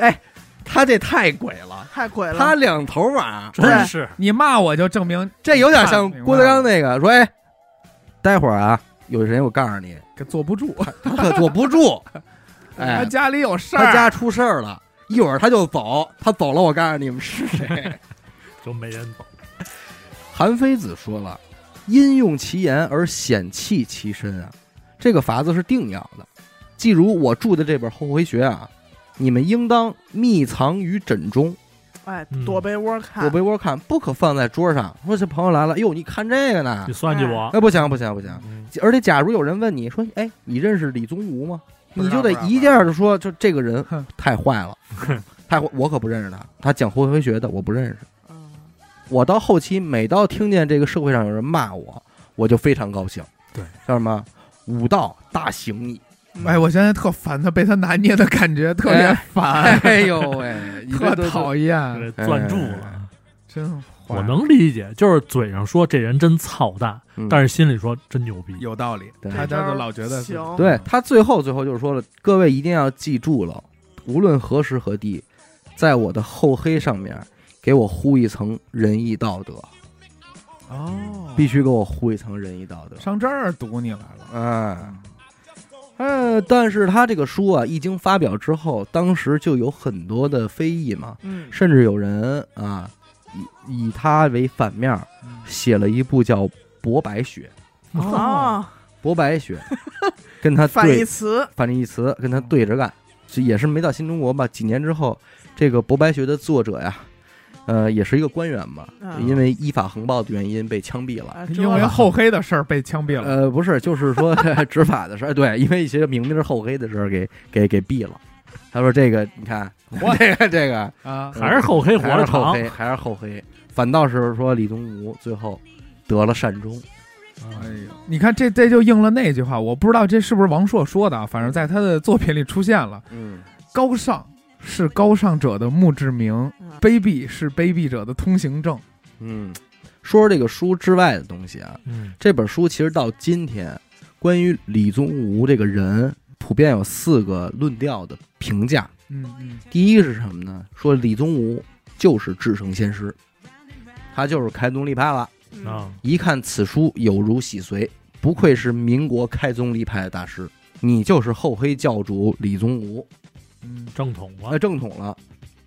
S1: 哎，他这太鬼了。
S2: 太鬼
S1: 他
S2: 了！
S1: 两头马，
S4: 真是
S3: 你骂我就证明
S1: 这有点像
S3: 看明白
S1: 郭德纲那个说：“哎，待会儿啊，有谁？我告诉你，
S3: 给坐不住，
S1: 他可坐不住，
S3: 他
S1: 哎，
S3: 家里有事儿，
S1: 他家出事儿了，一会儿他就走， 他走了，我告诉你们是谁。
S4: 就没人走。”
S1: 韩非子说了：“因用其言而显弃其身啊，这个法子是定要的。既如我著的这本《后回学》啊，你们应当密藏于枕中，
S2: 哎
S4: 嗯，
S2: 躲被窝看，
S1: 躲被窝看，不可放在桌上。”说这朋友来了，哟，你看这个呢
S4: 你？算计我，
S1: 哎，不行不行不行，
S4: 嗯
S1: 而且，假如有人问你说：“哎，你认识李宗吾吗？”
S3: 不知
S1: 你
S3: 道
S1: 就得一下就说：“就这个人
S3: 哼
S1: 太坏了，太坏，我可不认识他。他讲后回学的，我不认识。
S2: 嗯，
S1: 我到后期每到听见这个社会上有人骂我，我就非常高兴。
S4: 对，
S1: 叫什么？武道大行矣！
S3: 哎，我现在特烦他，被他拿捏的感觉特别烦，
S1: 哎呦喂，你
S3: 特
S1: 这都
S3: 讨
S1: 嗯
S3: 厌，
S1: 哎
S4: 给攥住了。
S3: 真坏
S4: 我能理解，就是嘴上说这人真操蛋，
S1: 嗯
S4: 但是心里说真牛逼。
S3: 有道理，
S1: 对
S3: 他家就老觉得
S2: 行
S1: 对他最后最后就是说了，各位一定要记住了，无论何时何地，在我的厚黑上面给我糊一层仁义道德，
S3: 哦
S1: 必须给我糊一层仁义道德。
S3: 上这儿堵你来了，
S1: 嗯，呃，但是他这个书啊，一经发表之后，当时就有很多的非议嘛，
S2: 嗯，
S1: 甚至有人啊，以以他为反面儿
S3: 嗯
S1: 写了一部叫《博白雪》，
S2: 哦，
S1: 博白雪 跟他
S2: 反义
S1: 对
S2: 词，
S1: 反义词跟他对着干，这也是没到新中国吧？几年之后，这个博白学的作者呀，呃，也是一个官员嘛，
S2: 嗯
S1: 因为依法横暴的原因被枪毙了。
S2: 哎
S3: 因为厚黑的事儿被枪毙了，
S1: 呃，不是，就是说 执法的事儿，对，因为一些明明是厚黑的事儿给给给毙了。他说这个，你看，
S3: 我
S1: 这个这个
S3: 啊，
S4: 还是厚黑活
S1: 还是
S4: 着
S1: 厚
S4: 长，
S1: 黑，还是厚黑，反倒是说李宗吾最后得了善终。
S3: 哎呦，你看这这就应了那句话，我不知道这是不是王朔说的啊，反正在他的作品里出现了，
S1: 嗯，
S3: 高尚是高尚者的墓志铭，
S2: 嗯
S3: 卑鄙是卑鄙者的通行证，
S1: 嗯，说说这个书之外的东西啊，
S4: 嗯，
S1: 这本书其实到今天，关于李宗吾这个人，普遍有四个论调的评价。
S3: 嗯嗯，
S1: 第一个是什么呢？说李宗吾就是至圣先师，他就是开宗立派了，
S2: 嗯
S4: 啊，
S1: 一看此书有如洗髓，不愧是民国开宗立派的大师，你就是厚黑教主李宗吾，
S3: 嗯，
S4: 正统啊
S1: 呃，，正统了。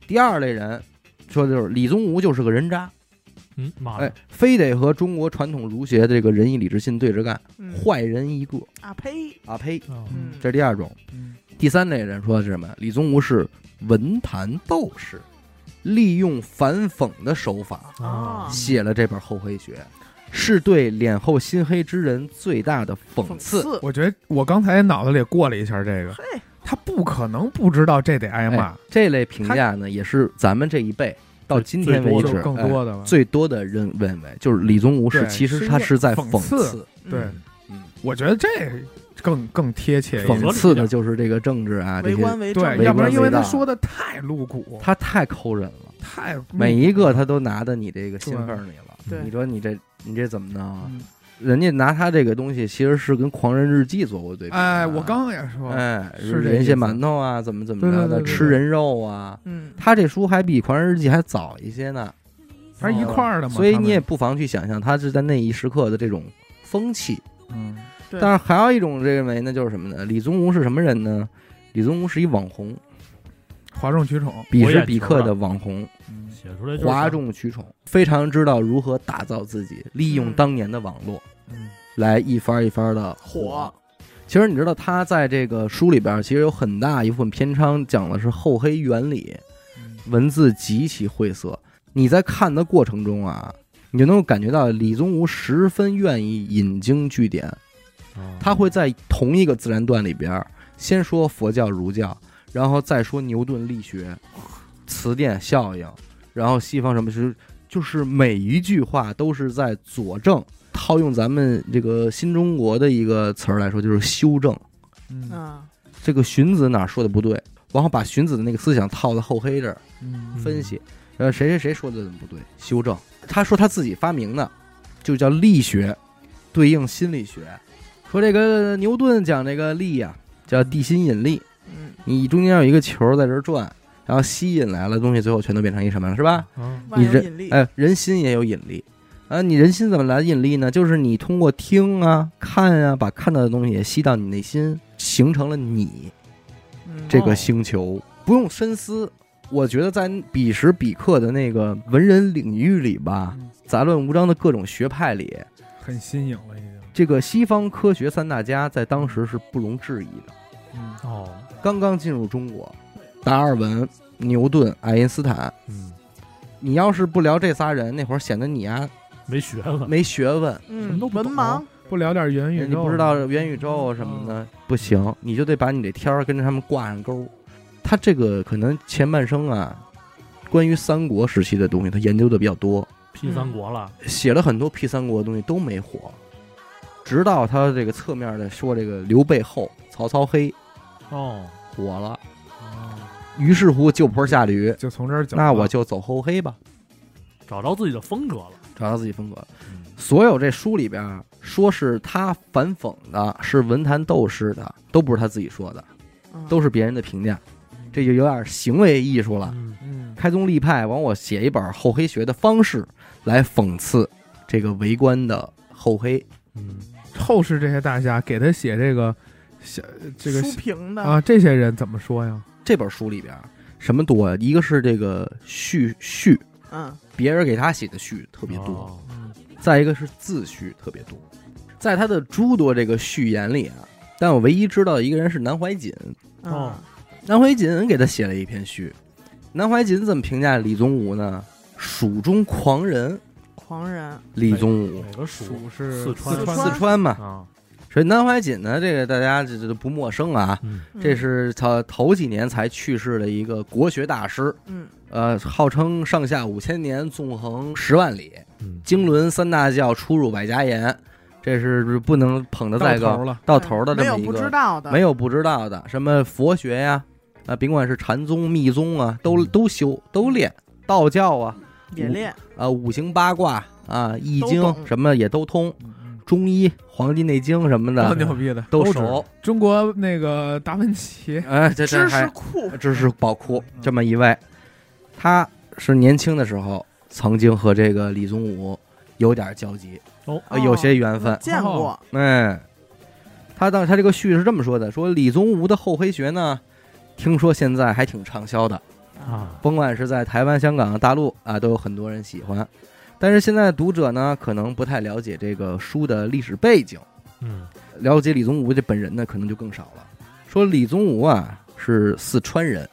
S1: 第二类人说的就是李宗吾就是个人渣，
S4: 嗯，妈
S1: 哎
S4: 的，，
S1: 非得和中国传统儒学的这个仁义礼智信对着干，
S2: 嗯
S1: 坏人一个
S2: 啊呸，
S1: 啊呸！
S4: 啊
S2: 嗯，
S1: 这是第二种。
S3: 嗯
S1: 第三类人说的是什么？李宗吾是文坛斗士，利用反讽的手法
S2: 啊
S1: 写了这本《厚黑学》，是对脸厚心黑之人最大的讽
S2: 讽
S1: 刺。
S2: 刺，
S3: 我觉得我刚才脑子里过了一下这个，
S2: 嘿，
S3: 他不可能不知道这得挨骂
S1: 哎，这类评价呢，也是咱们这一辈到今天为
S4: 我
S3: 我
S4: 最
S1: 止
S3: 就更
S1: 哎
S3: 多的了。
S1: 最多的认认为，就是李宗吾是
S3: 对
S1: 其实
S3: 是
S1: 他
S3: 一个
S1: 是在
S3: 讽
S1: 讽
S3: 刺
S1: 刺，
S3: 对
S1: 嗯，嗯
S3: 我觉得这更更贴切一点
S1: 讽刺的就是这个政治啊，这
S2: 为
S1: 些
S2: 官为
S3: 对，
S1: 微
S2: 正，
S3: 要不然因为
S1: 微
S3: 他
S1: 大
S3: 说的太露骨，
S1: 他太抠人了，
S3: 太
S1: 每一个他都拿到你这个心
S3: 嗯对
S1: 缝儿里了。
S2: 对
S1: 你说你这你这怎么弄啊？
S3: 嗯
S1: 人家拿他这个东西，其实是跟《狂人日记》做过对比的啊。
S3: 哎，我刚也说，
S1: 哎，
S3: 是这
S1: 人
S3: 意
S1: 血
S3: 思
S1: 馒头啊，怎么怎么着
S3: 对对
S1: 的，
S3: 对对
S1: 吃人肉啊。
S2: 嗯，
S1: 他这书还比《狂人日记》还早一些呢，
S3: 他是一块儿的嘛，
S1: 所以
S3: 他们
S1: 你也不妨去想象他是在那一时刻的这种风气。
S3: 嗯
S2: 对
S1: 但是还有一种认为呢，就是什么呢？李宗吾是什么人呢？李宗吾是一网红，
S3: 哗众取宠，
S1: 彼时彼刻的网红，
S3: 嗯
S4: 写出来就是
S1: 哗众取宠，非常知道如何打造自己，利用
S2: 嗯
S1: 当年的网络
S3: 嗯
S1: 来一番儿一番的火
S2: 火。
S1: 其实你知道，他在这个书里边儿，其实有很大一部分篇章讲的是厚黑原理，
S3: 嗯
S1: 文字极其晦涩。你在看的过程中啊，你就能够感觉到李宗吾十分愿意引经据典，
S4: 啊
S1: 他会在同一个自然段里边儿，先说佛教、儒教，然后再说牛顿力学、词典效应，然后西方什么是，就是每一句话都是在佐证。套用咱们这个新中国的一个词儿来说，就是修正。
S3: 嗯
S2: 啊，
S1: 这个荀子哪儿说的不对，然后把荀子的那个思想套到厚黑这儿
S3: 嗯
S1: 分析，呃，谁谁谁说的怎么不对，修正。他说他自己发明的，就叫力学，对应心理学。说这个牛顿讲这个力呀、叫地心引力，
S2: 嗯，
S1: 你中间有一个球在这儿转，然后吸引来了东西，最后全都变成一什么了，是吧？
S4: 啊
S2: 万
S1: 你
S2: 有
S1: 人
S2: 引力，
S1: 哎，人心也有引力。啊，你人心怎么来引力呢？就是你通过听啊、看啊，把看到的东西也吸到你内心，形成了你。
S2: 嗯
S1: 这个星球，
S3: 哦
S1: 不用深思。我觉得在彼时彼刻的那个文人领域里吧，
S3: 嗯
S1: 杂乱无章的各种学派里，
S3: 很新颖了已经，
S1: 这个西方科学三大家在当时是不容置疑的。
S3: 嗯
S4: 哦，
S1: 刚刚进入中国，达尔文、牛顿、爱因斯坦，
S4: 嗯，
S1: 你要是不聊这仨人，那会儿显得你呀
S4: 没学问，
S1: 没学问，
S2: 嗯
S4: 么都不
S2: 文
S4: 懂
S2: 盲，
S3: 不聊点元宇
S1: 你
S3: 宙，嗯
S1: 不知道元宇宙什么的，不行，你就得把你这天儿跟着他们挂上钩。他这个可能前半生啊，关于三国时期的东西，他研究的比较多，
S4: 批三国了，
S1: 写了很多 P 三国的东西都没火，直到他这个侧面的说这个刘备后曹操黑
S4: 哦，啊
S1: 火了，
S3: 哦，
S1: 于是乎就坡下驴，
S3: 就从这儿走了，
S1: 那我就走后黑吧，
S4: 找着自己的风格了，
S1: 找到自己风格。
S4: 嗯
S1: 所有这书里边啊说是他反讽的，是文坛斗士的，都不是他自己说的，
S2: 嗯
S1: 都是别人的评价，这就有点行为艺术了。
S4: 嗯
S3: 嗯
S1: 开宗立派往我写一本厚黑学的方式来讽刺这个为官的厚黑，
S4: 嗯，
S3: 后世这些大家给他写这个小这个
S2: 书评的
S3: 啊，这些人怎么说呀？
S1: 这本书里边儿什么多呀、一个是这个序序，
S2: 嗯，
S1: 别人给他写的序特别多；嗯
S4: 哦，
S1: 再一个是自序特别多。在他的诸多这个序言里啊，但我唯一知道的一个人是南怀瑾，
S2: 嗯
S4: 哦
S1: 南怀瑾给他写了一篇序。南怀瑾怎么评价李宗吾呢？蜀中狂人
S2: 嗯，狂人，
S1: 李宗吾，
S4: 哪个蜀
S3: 属是
S4: 四川
S3: 川
S2: 四
S1: 四川嘛。
S4: 啊？
S1: 所以南怀瑾呢，这个大家这这都不陌生啊。
S4: 嗯，
S2: 嗯
S1: 这是他头几年才去世的一个国学大师，
S2: 嗯
S1: 呃，号称上下五千年，纵横十万里，
S4: 嗯
S1: 经纶三大教，出入百家言，这是不能捧得再
S3: 到
S1: 高
S3: 头了，
S1: 到头的这
S2: 嗯没有
S1: 么一
S2: 不知
S1: 个，
S2: 道的，
S1: 没有不知道的，什么佛学呀，啊，甭管是禅宗、密宗啊，
S2: 嗯
S1: 都都修都练，道教啊，
S2: 也练，
S1: 啊，五行八卦啊，易
S2: 都
S1: 经
S2: 懂
S1: 什么也都通，
S3: 嗯
S1: 中医《黄帝内经》什么
S3: 够
S1: 的
S3: 牛逼的，
S1: 都
S3: 知道
S1: 熟，
S3: 中国那个达芬奇，
S1: 哎，这这
S2: 知
S1: 还
S2: 识库，
S1: 知识宝库
S3: 嗯
S1: 这么一位，他是年轻的时候曾经和这个李宗吾有点交集，
S4: 哦
S1: 呃有些缘分
S2: 我。见过，
S1: 哎，他当他这个序是这么说的：说李宗吾的厚黑学呢，听说现在还挺畅销的，
S4: 啊，
S1: 甭管是在台湾、香港、大陆啊，都有很多人喜欢。但是现在读者呢，可能不太了解这个书的历史背景，
S4: 嗯
S1: 了解李宗吾这本人呢，可能就更少了。说李宗吾啊是四川人，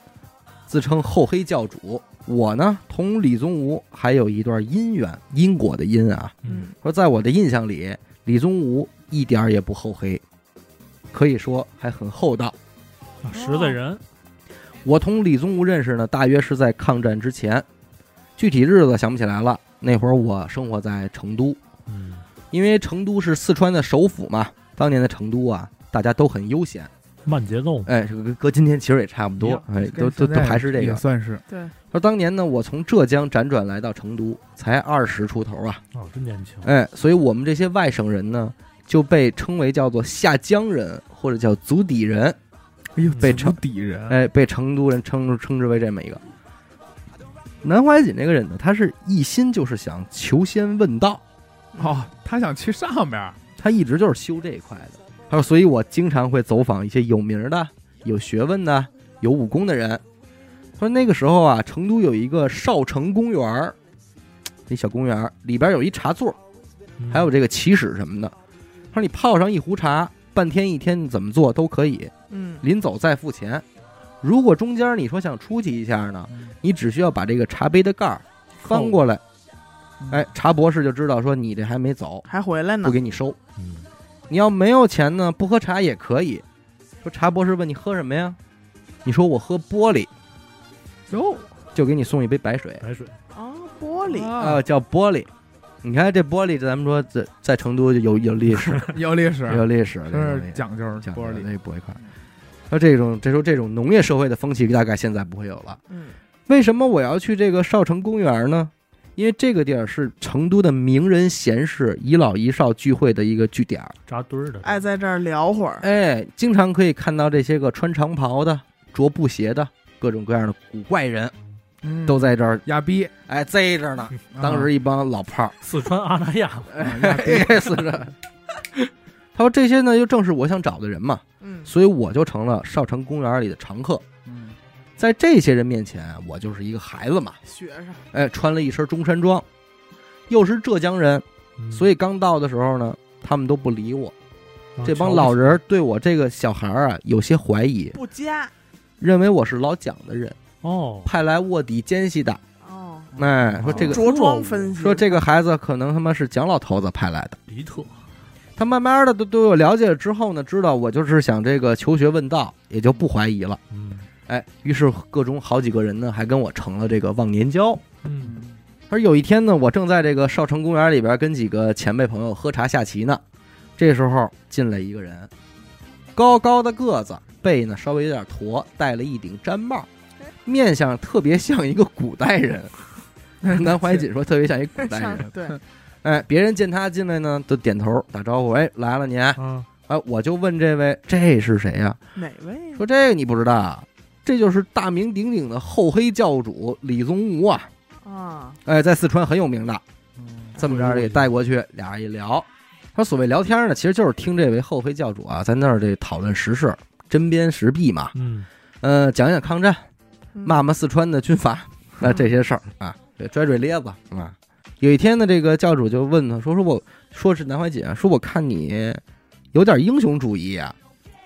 S1: 自称厚黑教主。我呢，同李宗吾还有一段姻缘，因果的因啊，
S4: 嗯，
S1: 说在我的印象里，李宗吾一点儿也不厚黑，可以说还很厚道。
S4: 啊实在人，
S1: 我同李宗吾认识呢，大约是在抗战之前，具体日子想不起来了。那会儿我生活在成都，
S4: 嗯
S1: 因为成都是四川的首府嘛。当年的成都啊，大家都很悠闲，
S4: 慢节奏嘛，
S1: 哎，这个搁今天其实也差不多，哎，
S3: 跟
S1: 都都
S3: 现
S1: 都
S3: 在
S1: 还是这
S3: 也
S1: 个。
S3: 算是
S2: 对，
S1: 说当年呢，我从浙江辗转来到成都，才二十出头啊，
S4: 哦，真年轻，
S1: 哎，所以我们这些外省人呢，就被称为叫做下江人或者叫族底人，
S3: 哎呦
S1: 被
S3: 成
S1: 称
S3: 底人，
S1: 哎，被成都人称称之为这么一个。南怀瑾这个人呢，他是一心就是想求仙问道，
S3: 哦，他想去上边儿，
S1: 他一直就是修这一块的。他说，所以我经常会走访一些有名的、有学问的、有武功的人。他说那个时候啊，成都有一个少城公园儿，那小公园儿里边有一茶座，
S4: 嗯
S1: 还有这个起始什么的。他说你泡上一壶茶，半天一天你怎么做都可以，
S2: 嗯，
S1: 临走再付钱。如果中间你说想出去一下呢，你只需要把这个茶杯的盖儿翻过来，哎，茶博士就知道说你这还没走，
S2: 还回来呢
S1: 不，给你收。
S4: 嗯
S1: 你要没有钱呢，不喝茶也可以。说茶博士问你喝什么呀？你说我喝玻璃，
S3: 哟，
S1: 就给你送一杯白水，
S4: 白水，
S2: 啊，玻璃，
S1: 啊、叫玻璃。你看这玻璃，咱们说在在成都就有有历史，
S3: 有历史，
S1: 有历史，这个东
S3: 是
S1: 西
S3: 讲究
S1: 讲
S3: 玻璃，
S1: 那不会看。那这种这时候这种农业社会的风气大概现在不会有了。
S2: 嗯，
S1: 为什么我要去这个少城公园呢？因为这个地儿是成都的名人贤士、遗老遗少聚会的一个据点儿。
S4: 扎堆儿的，
S2: 爱在这儿聊会儿，
S1: 哎，经常可以看到这些个穿长袍的、着布鞋的各种各样的古怪人
S3: 嗯
S1: 都在这儿，
S3: 亚逼，
S1: 哎，贼着呢。
S3: 啊
S1: 当时一帮老炮儿，
S4: 四川阿那亚，
S3: 啊 亚逼
S1: 死着。他说这些呢，又正是我想找的人嘛，
S2: 嗯，
S1: 所以我就成了少城公园里的常客。
S3: 嗯
S1: 在这些人面前，我就是一个孩子嘛。
S2: 学生，
S1: 哎，穿了一身中山装，又是浙江人，
S4: 嗯
S1: 所以刚到的时候呢，他们都不理我。
S4: 啊
S1: 这帮
S4: 瞧不
S1: 老
S4: 起
S1: 人儿对我这个小孩儿啊有些怀疑，
S2: 不加，
S1: 认为我是老蒋的人，
S4: 哦，
S1: 派来卧底奸细的。
S2: 哦，
S1: 哎，说这个
S2: 着装分析，
S1: 说这个孩子可能他妈是蒋老头子派来的。
S4: 比特，
S1: 他慢慢的都对我了解了之后呢，知道我就是想这个求学问道，也就不怀疑了。
S4: 嗯
S1: 哎，于是各种好几个人呢，还跟我成了这个忘年交。
S4: 嗯
S3: 嗯
S1: 而有一天呢，我正在这个少城公园里边跟几个前辈朋友喝茶下棋呢，这时候进来一个人，高高的个子，背呢稍微有点驼，戴了一顶毡帽，面相特别像一个古代人。南怀瑾说特别像一古代
S2: 上
S1: 人。
S2: 对，
S1: 哎，别人见他进来呢，都点头打招呼，哎，来了您。
S4: 啊，
S1: 哎，我就问这位这是谁呀、
S2: 哪位？
S1: 说这个你不知道啊，这就是大名鼎鼎的厚黑教主李宗吾啊，
S2: 啊，
S1: 哎，在四川很有名的。
S3: 嗯
S1: 这么着给带过去，俩人一聊，他所谓聊天呢，其实就是听这位后妃教主啊，在那儿这讨论时事，针砭时弊嘛，
S4: 嗯
S1: 呃，讲讲抗战，
S2: 嗯
S1: 骂骂四川的军 阀，那、这些事儿啊，对拽拽咧子啊。有一天呢，这个教主就问他说：“说我说是南怀瑾啊，说我看你有点英雄主义啊，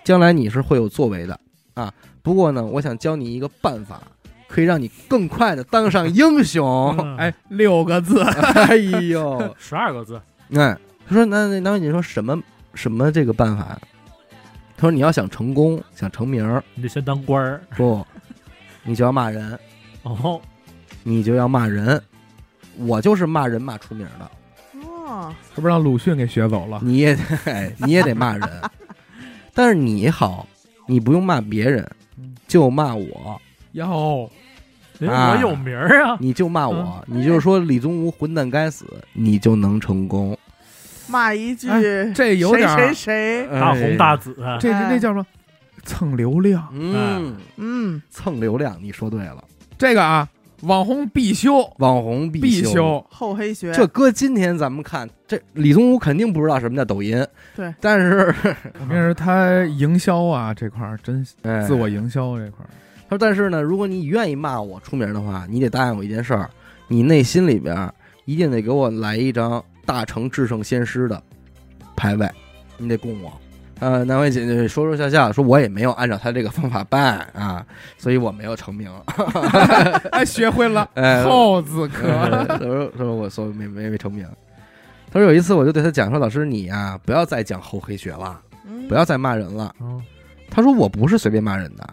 S1: 将来你是会有作为的啊。不过呢，我想教你一个办法，可以让你更快的当上英雄。
S4: 嗯
S3: 哎，六个字，
S1: 哎呦，
S4: 十二个字，
S1: 哎，他说那那那你说什么什么这个办法呀？他说你要想成功，想成名儿，
S4: 你得先当官儿，
S1: 不，你就要骂人，
S4: 哦，
S1: 啊你就要骂人。我就是骂人骂出名儿的，
S2: 哦，
S3: 是不是让鲁迅给学走了？
S1: 你也得、哎、你也得骂人， 但是你好，你不用骂别人
S3: 嗯，
S1: 就骂我，
S3: 哟，
S4: 人
S1: 啊
S4: 我有名儿啊，
S1: 你就骂我，
S3: 嗯
S1: 你就是说李宗吾混蛋该死，你就能成功。
S2: 骂一
S1: 哎
S2: 句，
S3: 这有
S2: 谁
S3: 点儿
S2: 谁谁，
S4: 大红大紫，啊
S3: 这是
S1: 啊
S3: 那叫什么？蹭流量，
S1: 嗯，
S2: 嗯，
S1: 蹭流量，你说对了。
S3: 这个啊，网红必修，
S1: 网红
S3: 必
S1: 修。啊
S3: 修，
S2: 厚黑学，
S1: 这搁今天咱们看，这李宗武肯定不知道什么叫抖音，
S2: 对，
S1: 但是，
S3: 我跟你说，他营销啊这块儿真
S1: 哎
S3: 自我营销这块儿，
S1: 他说：“但是呢，如果你愿意骂我出名的话，你得答应我一件事儿，你内心里边儿一定得给我来一张大成至圣先师的牌位，你得供我。”呃，南怀瑾就说说笑笑说：“我也没有按照他这个方法办啊，所以我没有成 名。
S3: 哎，学会了
S1: 哎
S3: 厚字
S1: 呃
S3: 科，
S1: 他说：“他说我说没没没成名。”他说有一次我就对他讲说：“老师你呀、不要再讲厚黑学了，
S2: 嗯
S1: 不要再骂人了。”
S4: 嗯，
S1: 他说我不是随便骂人的，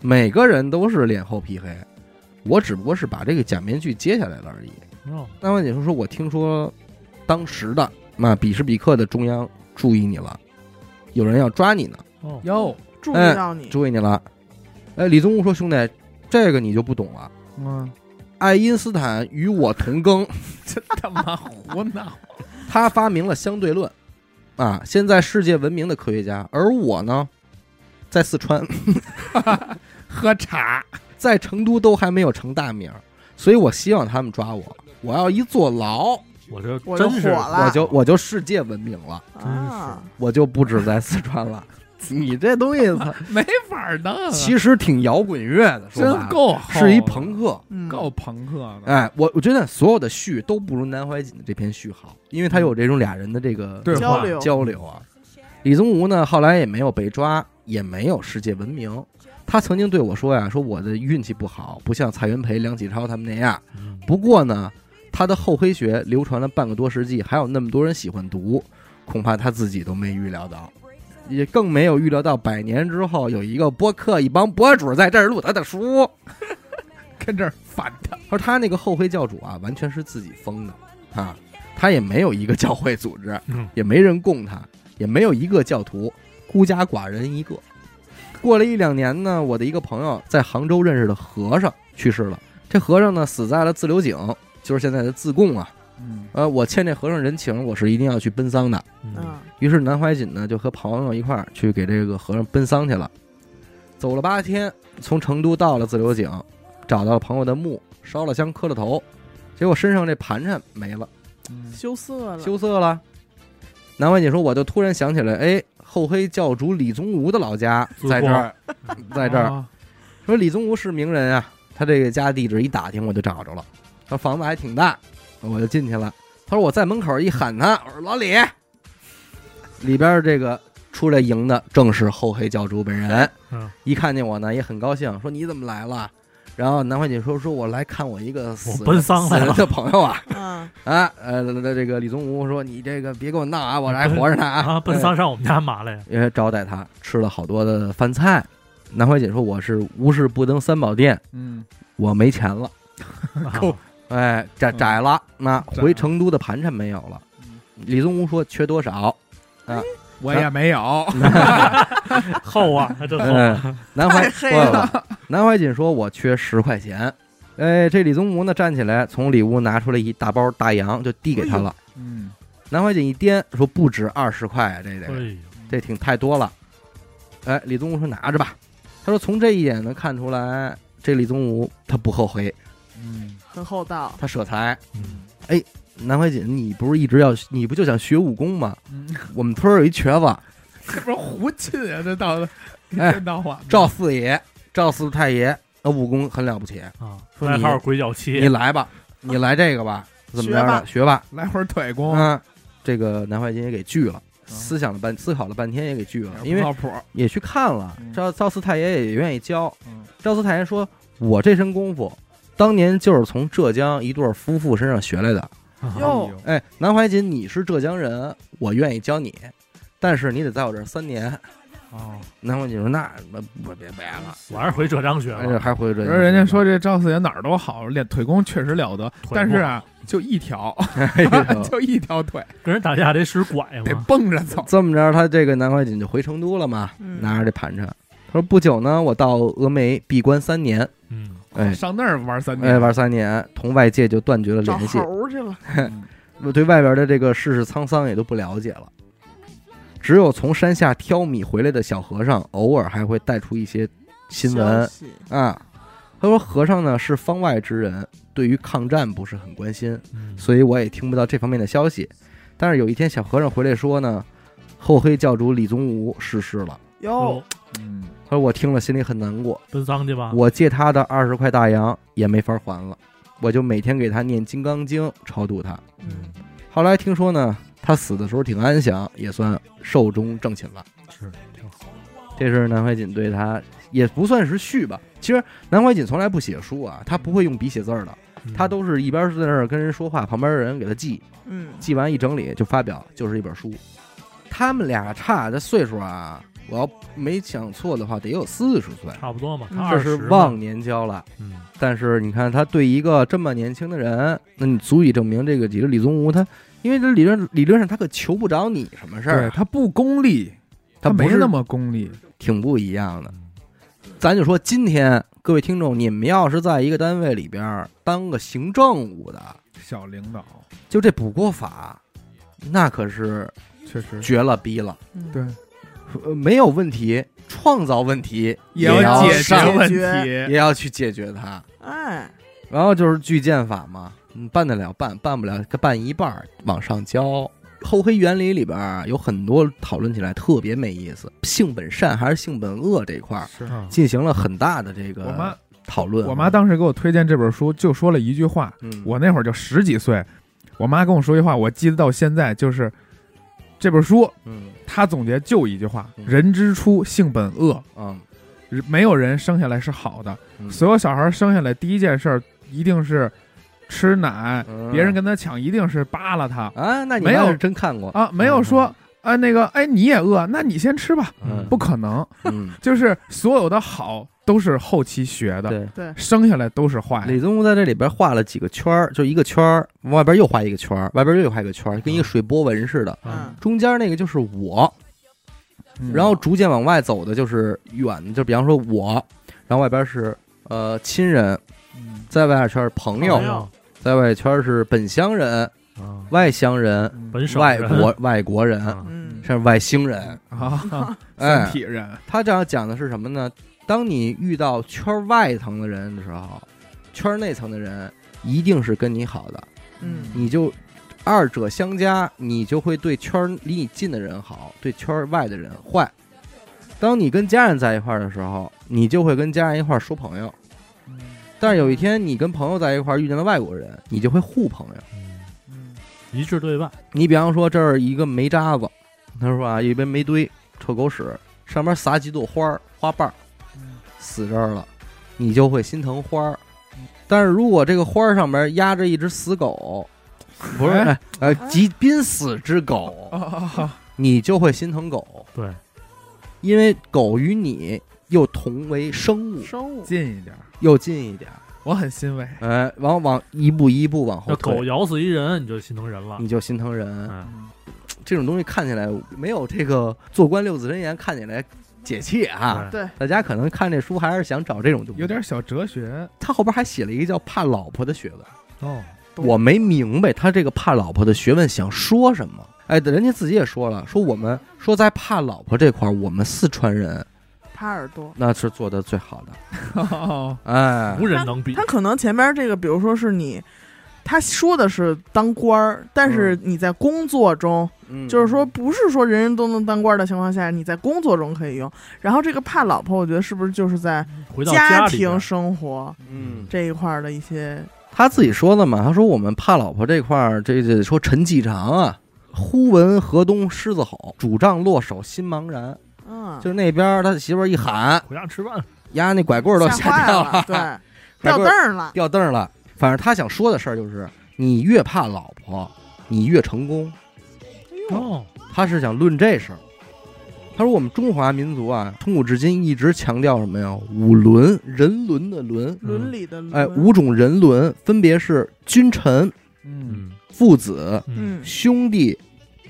S1: 每个人都是脸厚皮黑，我只不过是把这个假面具揭下来了而已。
S4: 哦
S1: 那么你说说我听说，当时的那彼时彼刻的中央注意你了，有人要抓你呢，
S4: 哦，
S3: 哟，
S2: 注意到你，
S1: 注意你了。哎，李宗吾说兄弟，这个你就不懂了。
S3: 嗯，
S1: 爱因斯坦与我同庚，
S3: 真他妈胡闹，
S1: 他发明了相对论，啊，现在世界闻名的科学家，而我呢，在四川。
S3: 喝茶，
S1: 在成都都还没有成大名儿，所以我希望他们抓我。我要一坐牢，
S4: 我这
S2: 我就
S4: 真是
S2: 火了
S1: 我就我就世界闻名了，
S2: 啊，
S1: 我就不止在四川了。 你这东 西操
S3: 没法弄啊，
S1: 其实挺摇滚乐的，说白
S3: 真
S1: 了
S3: 够厚
S1: 是一
S3: 的
S1: 朋，克。
S2: 嗯，
S3: 够朋克的，
S1: 哎，我我觉得所有的序都不如南怀瑾的这篇序好，因为他有这种俩人的这个
S3: 嗯对
S2: 交
S3: 话
S2: 流
S1: 交流啊。李宗吾呢，后来也没有被抓，也没有世界闻名。他曾经对我说呀：“说我的运气不好，不像蔡元培、梁启超他们那样。”
S4: 嗯
S1: 不过呢，他的厚黑学流传了半个多世纪，还有那么多人喜欢读，恐怕他自己都没预料到，也更没有预料到百年之后有一个播客，一帮博主在这儿录他的书。
S3: 跟这儿反的，
S1: 而他那个厚黑教主啊，完全是自己封的啊，他也没有一个教会组织，
S4: 嗯
S1: 也没人供他，也没有一个教徒，孤家寡人一个。过了一两年呢，我的一个朋友在杭州认识的和尚去世了，这和尚呢死在了自流井，就是现在的自贡啊。
S3: 嗯，
S1: 呃，我欠这和尚人情，我是一定要去奔丧的。
S4: 嗯
S2: 嗯，
S1: 于是南怀瑾呢就和朋友一块儿去给这个和尚奔丧去了。走了八天，从成都到了自流井，找到了朋友的墓，烧了香，磕了头，结果身上这盘缠没了，
S3: 嗯
S2: 羞涩了，
S1: 羞涩了。南怀瑾说：“我就突然想起来，哎，厚黑教主李宗吾的老家在这儿，在这儿。
S3: 啊
S1: 说李宗吾是名人啊，他这个家地址一打听我就找着了，他房子还挺大，我就进去了。他说我在门口一喊他，我说老李，里边这个出来迎的正是厚黑教主本人。
S4: 嗯，
S1: 一看见我呢也很高兴，说你怎么来了？然后南怀瑾说说我来看我一个死
S4: 我奔丧
S1: 死
S4: 来了
S1: 人的朋友啊
S2: 嗯，
S1: 啊呃这个李宗吾说你这个别给我闹啊，我这还活着呢
S4: 啊，奔丧上我们家麻来，
S1: 也招待他吃了好多的饭菜。南怀瑾说我是无事不登三宝殿。
S3: 嗯，
S1: 我没钱了，
S4: 啊
S3: 够
S1: 哎，窄
S3: 嗯
S1: 窄了，那
S3: 窄
S1: 回
S3: 了
S1: 成都的盘缠没有了
S3: 嗯。
S1: 李宗吾说缺多少？
S3: 我也没有，
S4: 厚啊，还真厚啊。
S1: 嗯， 南怀
S2: 太黑了
S1: 不不南怀瑾说我缺十块钱。哎，这李宗吾呢站起来，从里屋拿出来一大包大洋，就递给他
S2: 哎
S1: 了。
S3: 嗯，
S1: 南怀瑾一掂，说不止二十块啊，这
S4: 哎
S1: 得
S4: 呦，
S1: 这挺太多了。哎，李宗吾说拿着吧。他说从这一点能看出来，这李宗吾他不后悔，
S3: 嗯，
S2: 很厚道，
S1: 他舍财。
S4: 嗯，
S1: 南怀瑾，你不是一直要你不就想学武功吗？
S3: 嗯，
S1: 我们村儿有一瘸子，
S3: 这不是胡沁啊？这到
S1: 哎
S3: 真闹话，
S1: 赵四爷、赵四太爷，那武功很了不起，
S4: 啊，
S1: 说
S4: 外
S1: 你
S4: 号鬼脚七
S1: 你，来吧，你来这个吧，怎么着的？学吧，
S3: 来会儿腿功，
S1: 啊，这个南怀瑾也给拒了。思想了半，思考了半天也给拒嗯了，因
S3: 不
S1: 为
S3: 靠谱，
S1: 也去看了
S3: 嗯，
S1: 赵赵四太爷也愿意教。
S3: 嗯
S1: 赵四太爷说：“我这身功夫，当年就是从浙江一对夫妇身上学来的。
S4: 啊
S3: 哎
S2: 哟
S3: 呦
S1: 哎，南怀瑾，你是浙江人，我愿意教你，但是你得在我这儿三年。”
S3: 哦，
S1: 南怀瑾说：“那不不别别了，
S4: 我还是回浙江学
S1: 而且
S4: 了。
S1: 还回浙
S3: 然
S1: 江。”
S3: 后人家说这赵四爷哪儿都好，练腿功确实了得，
S4: 功
S3: 但是啊，就一条，
S1: 哎呦
S3: 就一条腿，
S4: 跟人打架得使拐
S3: 得
S1: 哎
S4: 嘛，
S3: 蹦着走，
S1: 这么着，他这个南怀瑾就回成都了嘛，
S2: 嗯
S1: 拿着这盘缠。他说不久呢，我到峨眉闭关三
S2: 哦
S1: 年，
S4: 嗯，
S1: 哎
S3: 上那儿玩三
S1: 哎，
S3: 年，
S1: 玩三年，同外界就断绝了
S2: 找
S1: 联系，
S2: 猴去了，
S3: 嗯
S1: 我对外边的这个世事沧桑也都不了解了。只有从山下挑米回来的小和尚，偶尔还会带出一些新闻
S2: 消息
S1: 啊。他说和尚呢是方外之人，对于抗战不是很关心，
S4: 嗯
S1: 所以我也听不到这方面的消息。但是有一天，小和尚回来说呢，后黑教主李宗吾逝世了。哦
S2: 哟，
S3: 嗯，
S1: 他说我听了心里很难过，
S4: 奔丧去吧。
S1: 我借他的二十块大洋也没法还了，我就每天给他念《金刚经》超度他。
S2: 嗯，
S1: 后来听说呢，他死的时候挺安详，也算寿终正寝了。
S4: 是挺好，
S1: 这是南怀瑾对他也不算是续吧。其实南怀瑾从来不写书啊，他不会用笔写字儿的，
S4: 嗯
S1: 他都是一边在那儿跟人说话，旁边的人给他记，
S2: 嗯，
S1: 记完一整理就发表，就是一本书。他们俩差的岁数啊，我要没想错的话，得有四十岁，
S4: 差不多嘛。
S2: 嗯
S4: 他
S1: 这
S4: 二
S1: 是
S4: 十嘛，
S1: 忘年交了。
S4: 嗯，
S1: 但是你看他对一个这么年轻的人，那你足以证明这个几个李宗吾他，因为这理论理论上他可求不着你什么事儿
S3: 对
S1: 啊，
S3: 他不功利，
S1: 他
S3: 没
S1: 不是
S3: 那么功利，
S1: 挺不一样的。
S4: 嗯
S1: 咱就说今天各位听众，你们要是在一个单位里边儿当个行政务的，
S3: 小领导
S1: 就这补过法，那可是
S3: 确实
S1: 绝了逼了，
S2: 嗯
S3: 对，
S1: 呃没有问题，创造问题
S2: 要
S1: 要
S3: 解决
S1: 上
S3: 问
S2: 解
S3: 题。
S1: 也要去解决它。
S2: 哎，
S1: 然后就是巨剑法嘛，嗯，办得了办，办不了办一半儿往上交。厚黑原理里边儿有很多讨论起来特别没意思，性本善还是性本恶这一块儿
S3: 是
S4: 啊
S1: 进行了很大的这
S3: 我妈
S1: 个，讨论。啊
S3: 我妈当时给我推荐这本书，就说了一句话，
S1: 嗯
S3: 我那会儿就十几岁，我妈跟我说一句话，我记得到现在，就是这本书
S1: 嗯
S3: 她总结就一句话：
S1: 嗯
S3: 人之初，性本恶，
S1: 嗯
S3: 人没有人生下来是好的，
S1: 嗯
S3: 所有小孩生下来第一件事儿一定是吃奶，
S1: 嗯
S3: 别人跟他抢一定是扒拉他
S1: 啊，那你
S3: 没
S1: 妈
S3: 有
S1: 是真看过？
S3: 啊，没有说啊那个哎你也饿，那你先吃吧，
S1: 嗯
S3: 不可能，
S1: 嗯，
S3: 就是所有的好都是后期学的，
S1: 对。
S2: 对，
S3: 生下来都是坏
S1: 李
S3: 的，
S1: 宗吾在这里边画了几个圈儿，就一个圈儿，外边又画一个圈儿，外边又画一个圈儿，跟一个水波纹似的。
S2: 嗯，
S1: 中间那个就是我，
S3: 嗯
S1: 然后逐渐往外走的就是远的，就比方说我，然后外边是呃亲人，
S3: 嗯
S1: 在外圈是朋友
S2: 朋，友
S1: 在外圈是本乡人、
S4: 啊，
S1: 外乡人、
S3: 嗯
S4: 本省
S1: 外
S4: 人
S1: 国外国人，
S4: 啊
S2: 嗯，
S1: 甚至外星人。
S3: 啊，三
S1: 哎，
S3: 体人，
S1: 他这样讲的是什么呢？当你遇到圈外层的人的时候，圈内层的人一定是跟你好的，
S2: 嗯
S1: 你就二者相加，你就会对圈儿离你近的人好，对圈儿外的人坏。当你跟家人在一块儿的时候，你就会跟家人一块儿说朋友。但是有一天，你跟朋友在一块儿遇见了外国人，你就会护朋友。
S4: 嗯
S3: 嗯
S4: 一致对外，
S1: 你比方说这儿一个煤渣子，他说啊，一边煤堆，臭狗屎，上面撒几朵花儿花瓣儿，死这儿了，你就会心疼花儿。但是如果这个花儿上面压着一只死狗，不是，
S3: 哎
S1: 哎呃，即濒死之狗，
S3: 哦，
S1: 你就会心疼狗，
S4: 对，
S1: 因为狗与你又同为生物，
S2: 生物，
S3: 近一点儿，
S1: 又近一点儿。
S3: 我很欣慰。
S1: 哎，往往一步一步往后
S4: 那狗
S1: 退，
S4: 咬死一人，你就心疼人了。
S1: 你就心疼人。
S4: 嗯，
S1: 这种东西看起来没有这个做官六字真言看起来解气啊。
S4: 对
S2: 对，
S1: 大家可能看这书还是想找这种东西。
S3: 有点小哲学，
S1: 他后边还写了一个叫“怕老婆”的学问，
S4: 哦，
S2: 懂
S1: 我没明白他这个“怕老婆”的学问想说什么。哎，人家自己也说了，说我们说在怕老婆这块儿，我们四川人
S2: 耙耳朵。
S1: 那是做的最好的。
S3: 哦
S1: 哎
S4: 无，人能比
S2: 他。可能前面这个，比如说是你，他说的是当官儿，但是你在工作中，
S1: 嗯
S2: 就是说不是说人人都能当官儿的情况下，你在工作中可以用。然后这个怕老婆，我觉得是不是就是在
S4: 回到家里边
S2: 庭，生活
S1: 嗯，
S2: 这一块儿的一些，
S1: 他自己说的嘛，他说我们怕老婆这块儿，这这说陈继常啊，忽闻河东狮子吼，拄杖落手心茫然。
S2: 嗯，
S1: 就那边儿他媳妇儿一喊，
S4: 回家吃饭。
S1: 丫那拐棍儿都
S2: 吓坏
S1: 吓掉
S2: 了，对，掉凳儿了，
S1: 掉凳儿了。反正他想说的事儿就是，你越怕老婆，你越成功。
S4: 哦，
S1: 他是想论这事儿。他说我们中华民族啊，从古至今一直强调什么呀？五伦，人伦的伦，
S2: 伦理的伦，
S1: 哎，五种人伦分别是君臣、
S3: 嗯，
S4: 嗯
S1: 父子、
S2: 嗯
S1: 兄弟、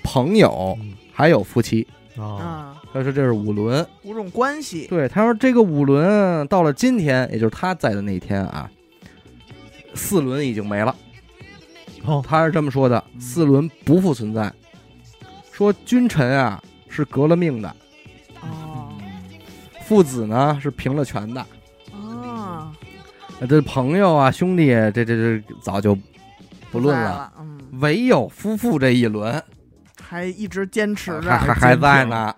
S1: 朋友，
S4: 嗯
S1: 还有夫妻。
S4: 啊，
S2: 啊，
S1: 他说这是五伦。
S2: 五种关系，
S1: 对，他说这个五轮到了今天，也就是他在的那一天啊，四轮已经没了。
S4: 哦
S1: 他是这么说的：
S3: 嗯
S1: 四轮不复存在。说君臣啊是革了命的，
S2: 哦，
S1: 父子呢是平了权的，
S2: 啊，
S1: 呃这朋友啊、兄弟，这这这早就不论
S2: 在
S1: 了，
S2: 了，嗯，
S1: 唯有夫妇这一轮
S2: 还一直坚
S1: 还
S2: 持着，
S1: 还还在呢，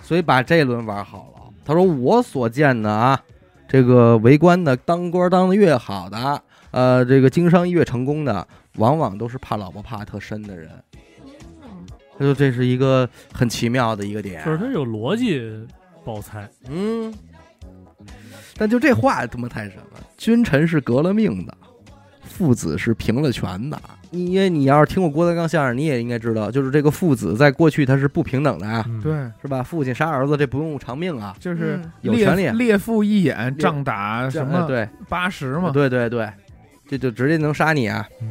S1: 所以把这轮玩好了。他说我所见的啊，这个为官的当官当的越好的，呃，这个经商越成功的，往往都是怕老婆怕特深的人。他说这是一个很奇妙的一个点，
S4: 嗯
S1: 啊
S4: 就是他有逻辑包菜，
S1: 嗯，但就这话他妈太什么？君臣是革了命的，父子是平了权的。因为你要是听过郭德纲相声，你也应该知道，就是这个父子在过去他是不平等的啊，
S4: 嗯，
S3: 对，
S1: 是吧？父亲杀儿子这不用偿命啊，
S3: 就是
S2: 嗯
S1: 有
S3: 列
S1: 权利
S3: 列父一眼，仗打
S1: 这
S3: 什
S1: 呃
S3: 么
S1: 对
S3: 八十嘛，
S1: 对对对，这就直接能杀你啊！
S4: 嗯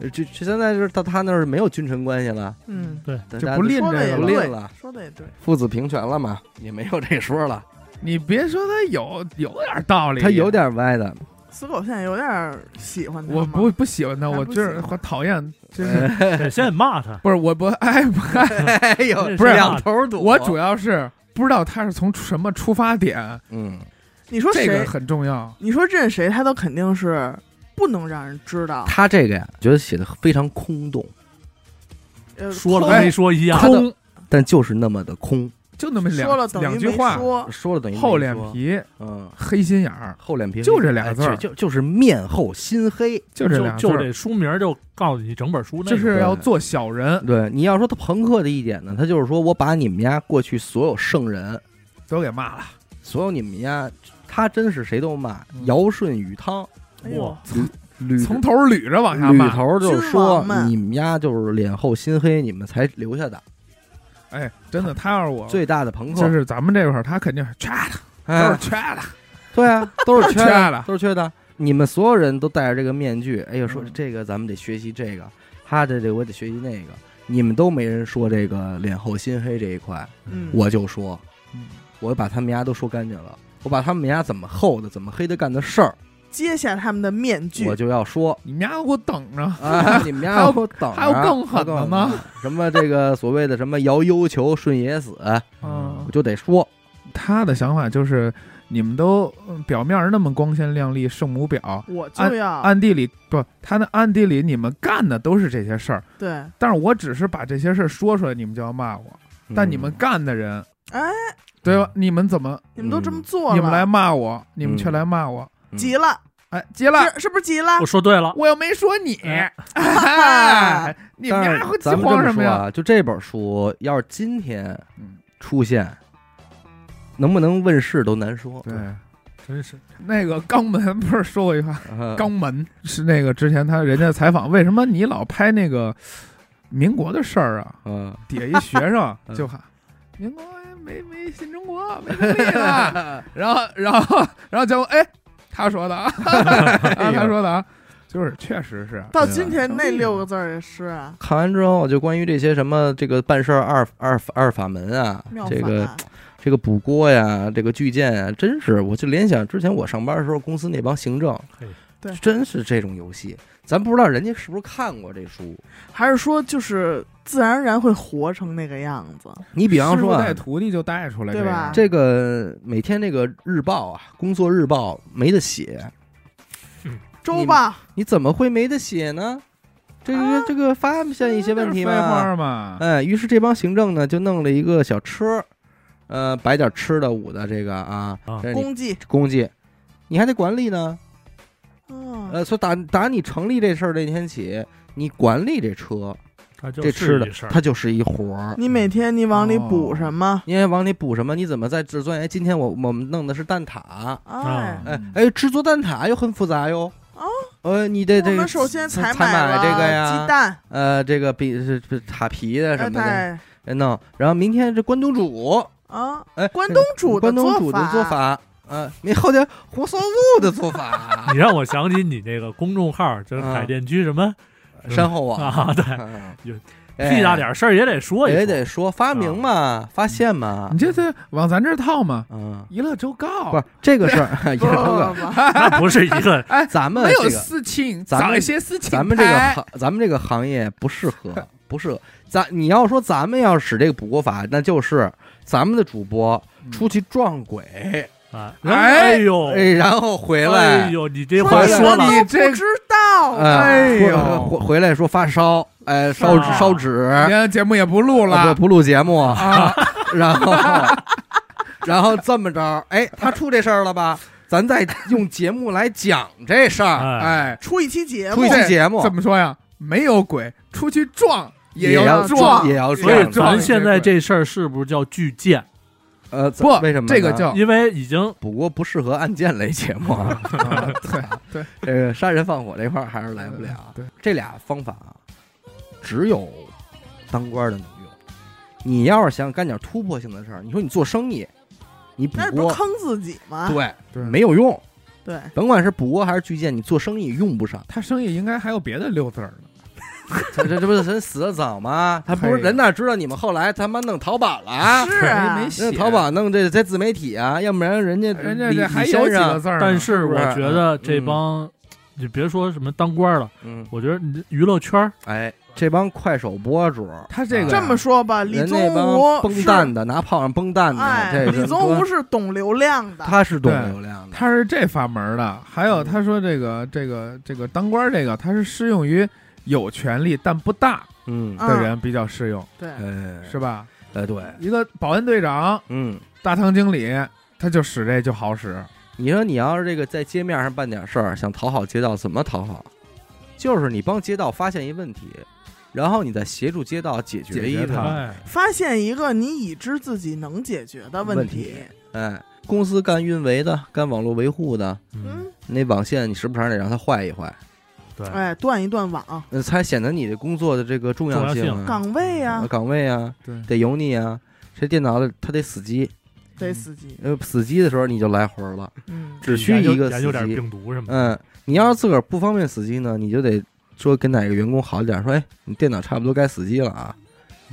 S1: 呃就就现在就是他他那儿没有君臣关系了，
S2: 嗯，
S1: 大
S3: 就
S1: 家
S3: 不吝
S2: 说
S3: 这
S2: 的
S3: 个
S2: 也
S1: 不
S3: 了。
S2: 对
S1: 吝了，
S2: 说的也对，
S1: 父子平权了嘛，也没有这说了，
S3: 你别说他有有点道理，
S1: 他有，点歪 的，
S2: 死狗现在有点喜欢嗯他
S3: 我
S2: 吗
S3: 不不喜欢他，
S2: 还
S3: 我
S2: 不
S3: 就是
S2: 喜欢
S3: 我 讨厌，就是，
S4: 对，现在骂 他
S3: 不是我不爱不爱，
S1: 哎呦，
S4: 不
S3: 是啊
S1: 两头堵，
S3: 我主要是不知道他是从什么出发点，
S1: 嗯
S2: 你说
S3: 这个
S2: 谁？
S3: 很重要。
S2: 你说认谁？他都肯定是不能让人知道。
S1: 他这个呀，觉得写的非常空洞，
S2: 呃
S4: 说了哎
S2: 空
S4: 跟没说一样，
S3: 空
S1: 但就是那么的空，
S3: 就那么两
S2: 说了等
S3: 两
S2: 于
S3: 句
S2: 没
S3: 话，
S2: 说，
S1: 说了等于没
S3: 厚脸
S1: 说，
S3: 皮、
S1: 嗯，
S3: 黑心眼儿，
S1: 厚脸皮，
S3: 就这俩字儿
S1: 哎就就就是面厚心黑。
S3: 就这俩字
S4: 就就
S3: 儿，
S4: 这书名儿就告诉你整本书内容，
S3: 就是要做小人，
S1: 对，你要说他朋克的一点呢，他就是说我把你们家过去所有圣人，
S3: 都给骂了。
S1: 所有你们家，他真是谁都骂，
S3: 嗯
S1: 尧舜禹汤，
S2: 哎呦
S4: 哇，
S1: 捋
S3: 从头捋着往下
S1: 捋
S3: 骂。
S1: 头就是
S2: 君
S1: 说
S2: 王们
S1: 你们家就是脸厚心黑，你们才留下的
S3: 哎，真的，他要是我，
S1: 最大的朋克，
S3: 就是咱们这块儿，他肯定是缺的，都
S1: 哎
S3: 是，缺的。
S1: 对啊，都 是缺
S3: 缺的
S1: 都是缺的。你们所有人都戴着这个面具，哎呦，说
S3: 嗯
S1: 这个咱们得学习这个，他的这个我得学习那个，你们都没人说这个脸厚心黑这一块，
S2: 嗯，
S1: 我就说，
S3: 嗯
S1: 我把他们家都说干净了，我把他们家怎么厚的、怎么黑的干的事儿，
S2: 揭下他们的面具
S1: 我，就要 说。
S3: 你们家给我等着，
S1: 啊！你们家
S3: 还有
S1: 给我等着，
S3: 还有更狠的吗
S1: 还有更狠？什么这个所谓的什么摇忧求舜也死，
S3: 嗯
S1: 我就得说，
S3: 他的想法就是，你们都嗯表面儿那么光鲜亮丽，圣母
S1: 啊
S3: 婊，
S2: 我就要
S3: 暗地里不，他那暗地里你们干的都是这些事儿，
S2: 对，
S3: 但是我只是把这些事儿说出来，你们就要骂我， 但你们
S1: 嗯
S3: 干的人，
S2: 哎，
S3: 对吧？你们怎么，
S2: 你们都这么
S1: 嗯
S2: 做了，
S3: 你们来骂我，你们
S1: 嗯
S3: 却来骂我，
S2: 急了，
S3: 哎，急了，
S2: 是是不是急了
S4: 我？说对了，
S3: 我又没说你，
S4: 哎
S3: 哎你们
S1: 但
S3: 俩
S1: 是
S3: 会急
S1: 咱们这
S3: 慌
S1: 么
S3: 什
S1: 说
S3: 么呀？
S1: 啊，就这本书要是今天
S3: 嗯
S1: 出现，能不能问世都难说。
S3: 对，
S4: 真是
S3: 那个肛门不是说过一句话，
S1: 对
S3: 肛门是那个之前他人家采访，为什么你老拍那个民国的事儿 啊？
S1: 嗯，
S3: 底下一学生
S1: 嗯
S3: 就喊：“民国哎没没新中国， 没独立 了。”然后，然后，然后结果，哎，他说 的啊，他说的啊，就是确实是
S2: 到
S1: 啊
S2: 今天那六个字儿也是啊，
S1: 看完之后，就关于这些什么这个办事儿二二二法门啊
S2: 妙，
S1: 这
S2: 法
S1: 个这个补锅呀，这个巨剑啊，真是我就联想之前我上班的时候，公司那帮行政
S4: 嘿，
S2: 对
S1: 真是这种游戏。咱不知道人家是不是看过这书。
S2: 还是说就是自然而然会活成那个样子，
S1: 你比方说、啊
S3: 带，徒弟就带出来，
S2: 对吧
S1: 这个每天这个日报啊，工作日报没得写，
S2: 周吧，
S1: 你怎么会没得写呢？这个、
S2: 啊
S1: 这个发现一些问题
S3: 嘛，废
S1: 嘛。
S3: 话嘛，
S1: 哎，于是这帮行政呢就弄了一个小车，呃，摆点吃的、舞的，这个啊
S4: 啊，
S1: 这是你
S2: 功绩，
S1: 功绩，你还得管理呢。
S2: 嗯，
S1: 呃，所以打打你成立这事儿那天起，你管理这车
S4: 他就
S1: 这吃
S4: 是
S1: 的
S4: 一事，儿
S1: 它就是一活儿。
S2: 你每天你往里
S1: 哦
S2: 补什么？
S1: 你还往里补什么？你怎么在制作？哎，今天我我们弄的是蛋挞，
S2: 哎，
S1: 哎
S3: 嗯
S1: 哎，制作蛋挞又很复杂哟。
S2: 啊，
S1: 呃，你得
S2: 我
S1: 这
S2: 们
S1: 个
S2: 首先采
S1: 采买
S2: 了
S1: 这个呀
S2: 鸡蛋，
S1: 呃，这个比是是塔皮的什
S2: 哎
S1: 么的
S2: 对
S1: 哎弄，然后明天这关东煮，
S2: 啊，
S1: 哎，
S2: 关东煮的
S1: 关东煮的
S2: 做
S1: 做法，嗯，你后天红烧肉的做法
S4: 你，让我想起你那个公众号，就是海淀区什么
S1: 山后网
S4: 啊， 对，
S1: 嗯
S4: 有
S1: 哎
S4: 屁大点事儿也得说啊一
S1: 也
S4: 说，
S1: 得说发明嘛，发现嘛
S3: 你，这这往咱这儿套嘛，
S1: 嗯，
S3: 娱乐周告
S1: 不是这个事儿，
S2: 不
S1: 有个
S2: 不不
S4: 那不是一 个
S1: 咱们
S3: 没有
S1: 这个
S3: 事情，
S1: 咱们
S3: 找一些事情
S1: 咱们这个
S3: 拍
S1: 行，咱们这个行业不适合，不适合。咱你要说咱们要使这个补锅法，那就是咱们的主播
S3: 嗯
S1: 出去撞鬼，
S4: 哎，
S3: 哎
S4: 呦，
S1: 哎，然后回来
S4: 哎，呦，你这
S2: 我
S4: 话
S3: 回来
S4: 说
S2: 什
S4: 的
S2: 么
S3: 你
S2: 都
S3: 这
S2: 不知道，
S1: 呃
S3: 哎呦
S1: 回回来说发烧，哎，烧
S4: 啊
S1: 烧纸，
S3: 今天节目也不录
S1: 啊
S3: 了
S1: 不不录节目，
S3: 啊，
S1: 然后然后这么着，哎，他出这事儿了吧？咱再用节目来讲这事儿，
S4: 哎，
S3: 哎，
S2: 出一期节
S1: 出
S2: 目
S1: 一，期节目
S3: 怎么说呀？没有鬼，出去撞
S1: 也
S3: 要
S1: 要
S2: 撞
S1: 也要
S3: 所
S4: 所
S1: 撞
S4: 以
S3: 撞
S4: 咱现在这事儿是不是叫巨贱？
S1: 呃
S3: 不
S1: 为什么呢
S3: 这个 叫
S4: 因为已经
S1: 不过不适合案件类节 目啊，
S3: 嗯对对
S1: 这个杀人放火这块儿还是来不了。啊
S3: 对，
S1: 这俩方法啊只有当官的能用。你要是想干点突破性的事儿，你说你做生意，你补
S2: 但是不
S1: 锅
S2: 是，坑啊自己吗？
S1: 对，
S3: 对。
S1: 没有用。
S2: 对，
S1: 甭管是补锅还是巨舰，你做生意用不上
S3: 他生意应该还有别的六字儿呢。
S1: 这这这不是人死的早吗？他不
S3: 嘿
S1: 是人哪知道你们后来他妈弄淘宝了啊？
S2: 是啊
S3: 没没写
S1: 那淘，宝弄这这自媒体啊，要不然人家
S3: 人家
S1: 李
S3: 这
S1: 李
S3: 还有
S1: 先
S3: 几个
S1: 生，
S3: 字儿呢。
S4: 但是我
S1: 是啊
S4: 觉得这帮，你别说什么当官了，
S1: 嗯，
S4: 我觉得你娱乐圈儿
S1: 哎，这帮快手博主，
S3: 他这个
S1: 啊
S2: 这么说吧，李
S1: 人
S2: 宗
S1: 那帮
S2: 吾
S1: 崩
S2: 是，
S1: 蛋的，拿炮仗崩蛋的，
S2: 哎，
S1: 这是
S2: 李宗
S1: 多
S2: 吾是懂流量的，
S1: 他是懂
S3: 对
S1: 流量的，
S3: 他是这法门儿的，还
S1: 嗯
S3: 有他说这个这个这个当官儿这个，他是适用于有权利但不大
S1: 嗯，
S2: 啊
S3: 的人比较适用，
S2: 对，
S1: 哎，
S3: 是吧？
S1: 哎，对，
S3: 一个保安队长、
S1: 嗯，
S3: 大堂经理，他就使这就好使，
S1: 你说你要是这个在街面上办点事儿，想讨好街道，怎么讨好？就是你帮街道发现一问题，然后你再协助街道解
S3: 解决
S1: 决一
S3: 它
S1: 个，
S4: 哎，
S2: 发现一个你已知自己能解决的问
S1: 问题哎，公司干运维的，干网络维护的，
S4: 嗯，
S2: 嗯，
S1: 那网线你时不常得让它坏一坏，
S4: 对，
S2: 哎，断一断网，
S1: 那才显得你的工作的这个重要
S4: 重要
S1: 啊，
S2: 岗位啊
S1: 呃，岗位啊，
S3: 对
S1: 得油腻啊，这电脑它得死机，
S2: 得死机，
S1: 呃，死机的时候你就来活儿了，
S2: 嗯，
S1: 只需
S4: 研究
S1: 一个
S4: 研
S1: 死
S4: 究点
S1: 机。
S4: 病毒什么的，
S1: 嗯，你要是自个儿不方便死机呢，你就得说跟哪个员工好一点，说哎，你电脑差不多该死机了啊。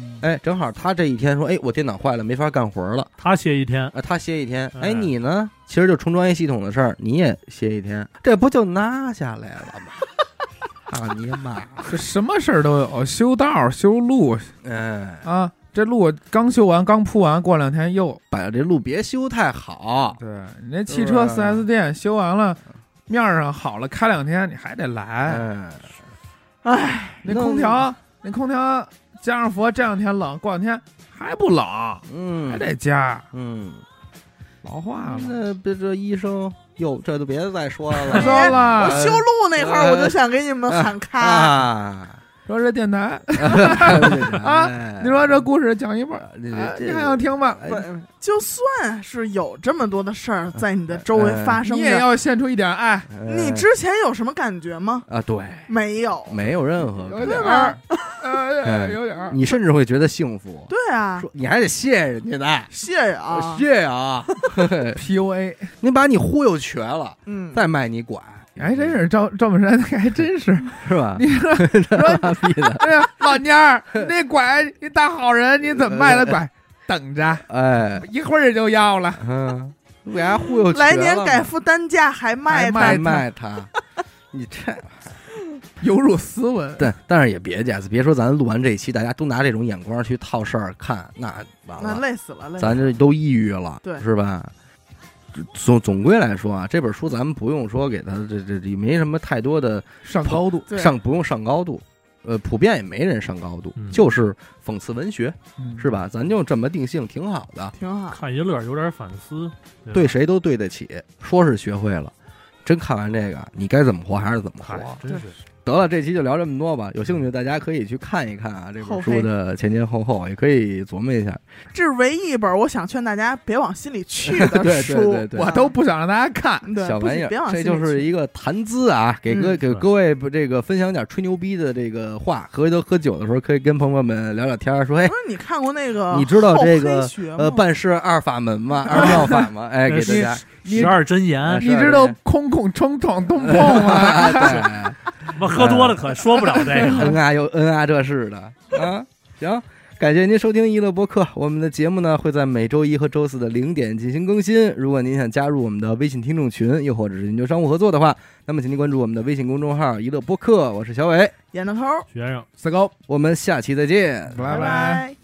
S3: 嗯
S1: 哎，正好他这一天说，哎，我电脑坏了，没法干活了，
S4: 他歇一天，
S1: 啊，他歇一天。
S4: 哎
S1: 哎，
S3: 嗯
S1: 你呢？其实就重装一系统的事儿，你也歇一天，这不就拿下来了吗？ 啊，你妈！
S3: 这什么事儿都有，修道儿、修路
S1: 嗯，
S3: 啊，这路刚修完、刚铺完，过两天又
S1: 把这路别修太好，
S3: 对你那汽车
S1: 是吧
S3: 4S 店修完了，面儿上好了，开两天你还得来，
S1: 哎，
S2: 哎，
S3: 那
S1: 弄
S3: 空调那空调加上佛这两天冷，过两天还不冷，还
S1: 嗯
S3: 得加，
S1: 嗯，
S3: 老话嘛。
S1: 那别这医生哟，这就别再说
S3: 不
S1: 了， 哎
S3: 说了
S2: 我修路那会儿我就想给你 们喊咔，
S1: 呃啊，
S3: 说这电台，
S1: 啊
S3: 你说这故事讲一半儿，
S1: 你
S3: 哎你还想听吗？
S1: 哎
S2: 不就算是有这么多的事儿在
S1: 嗯
S2: 你的周围发生
S3: 你也
S2: 着，
S3: 要献出一点爱，
S1: 哎
S2: 你之前有什么感觉吗？
S1: 啊，对，
S2: 没有，
S1: 没有任何
S3: 有
S1: 感
S3: 点
S1: 觉，
S3: 儿，呃，
S1: 啊哎
S3: 有点儿。
S1: 你甚至会觉得幸福。
S2: 对啊，
S1: 说你还得谢谢人家呢，
S2: 谢谢啊，
S1: 谢谢啊，
S3: PUA，
S1: 您把你忽悠瘸了，
S2: 嗯，
S1: 再卖你拐，
S3: 还哎真是赵赵本山，还真是。
S1: 是吧？
S3: 你说，
S1: 妈逼的，
S3: 哎呀，老蔫儿，那拐你大好人，你怎么 卖的拐？等着，
S1: 哎，
S3: 一会儿就要了。
S1: 嗯，给人忽悠瘸了
S2: 来年改负担价还卖
S3: 还
S1: 卖
S2: 它，
S1: 卖他，你这
S3: 有辱斯文，
S1: 但但是也别介，别说咱录完这一期，大家都拿这种眼光去套事儿看，那完了
S2: 那。累死了，累死了。
S1: 咱这都抑郁了，
S2: 对
S1: 是吧？总总归来说啊，这本书咱们不用说给他这这这没什么太多的
S3: 上高度。
S2: 对
S1: 上，不用上高度，呃，普遍也没人上高度，
S4: 嗯
S1: 就是讽刺文学，
S3: 嗯
S1: 是？吧？咱就这么定性，挺好的，
S2: 挺好。
S4: 看一乐，有点反思，
S1: 对
S4: 吧，
S1: 谁都对得起。说是学会了，真看完这个，你该怎么活还是怎么活
S4: 嗨。，真是
S1: 得了，这期就聊这么多吧。有兴趣大家可以去看一看啊，这
S2: 嗯后
S1: 本
S2: 黑
S1: 书的前前后后，也可以琢磨一下。
S2: 这是唯一一本我想劝大家别往心里去的
S1: 对对
S2: 书
S1: 对，对
S3: 我都不想让大家看。
S2: 对
S1: 小
S2: 不
S1: 玩
S2: 行
S1: 意儿
S2: 别，往
S1: 这
S2: 心
S1: 就
S2: 里
S1: 是
S2: 去
S1: 一个谈资啊，给各
S2: 嗯
S1: 给各位不这个分享点吹牛逼的这个话，回头喝酒的时候可以跟朋友们聊聊天儿，说哎
S2: 不，是你看过那个
S1: 你知道
S2: 厚
S1: 这
S2: 黑
S1: 个
S2: 学
S1: 呃，
S2: 吗
S1: 办事二法门吗？二妙法吗？ 哎，给大家，
S3: 你
S4: 十二真言
S1: 哎，
S3: 啊你知道空空冲冲 东碰吗？
S2: 啊
S1: 哎
S4: 他妈喝多了可说不了这
S1: 对，
S4: 个。
S1: 恩啊又恩啊，这是的啊，行。感谢您收听娱乐播客，我们的节目呢会在每周一和周四的零点进行更新。如果您想加入我们的微信听众群，又或者是寻求商务合作的话，那么请您关注我们的微信公众号“娱乐播客”，我是小伟，
S2: 演的抠儿，
S4: 学生，
S3: 死狗，
S1: 我们下期再见。
S3: 拜
S2: 拜。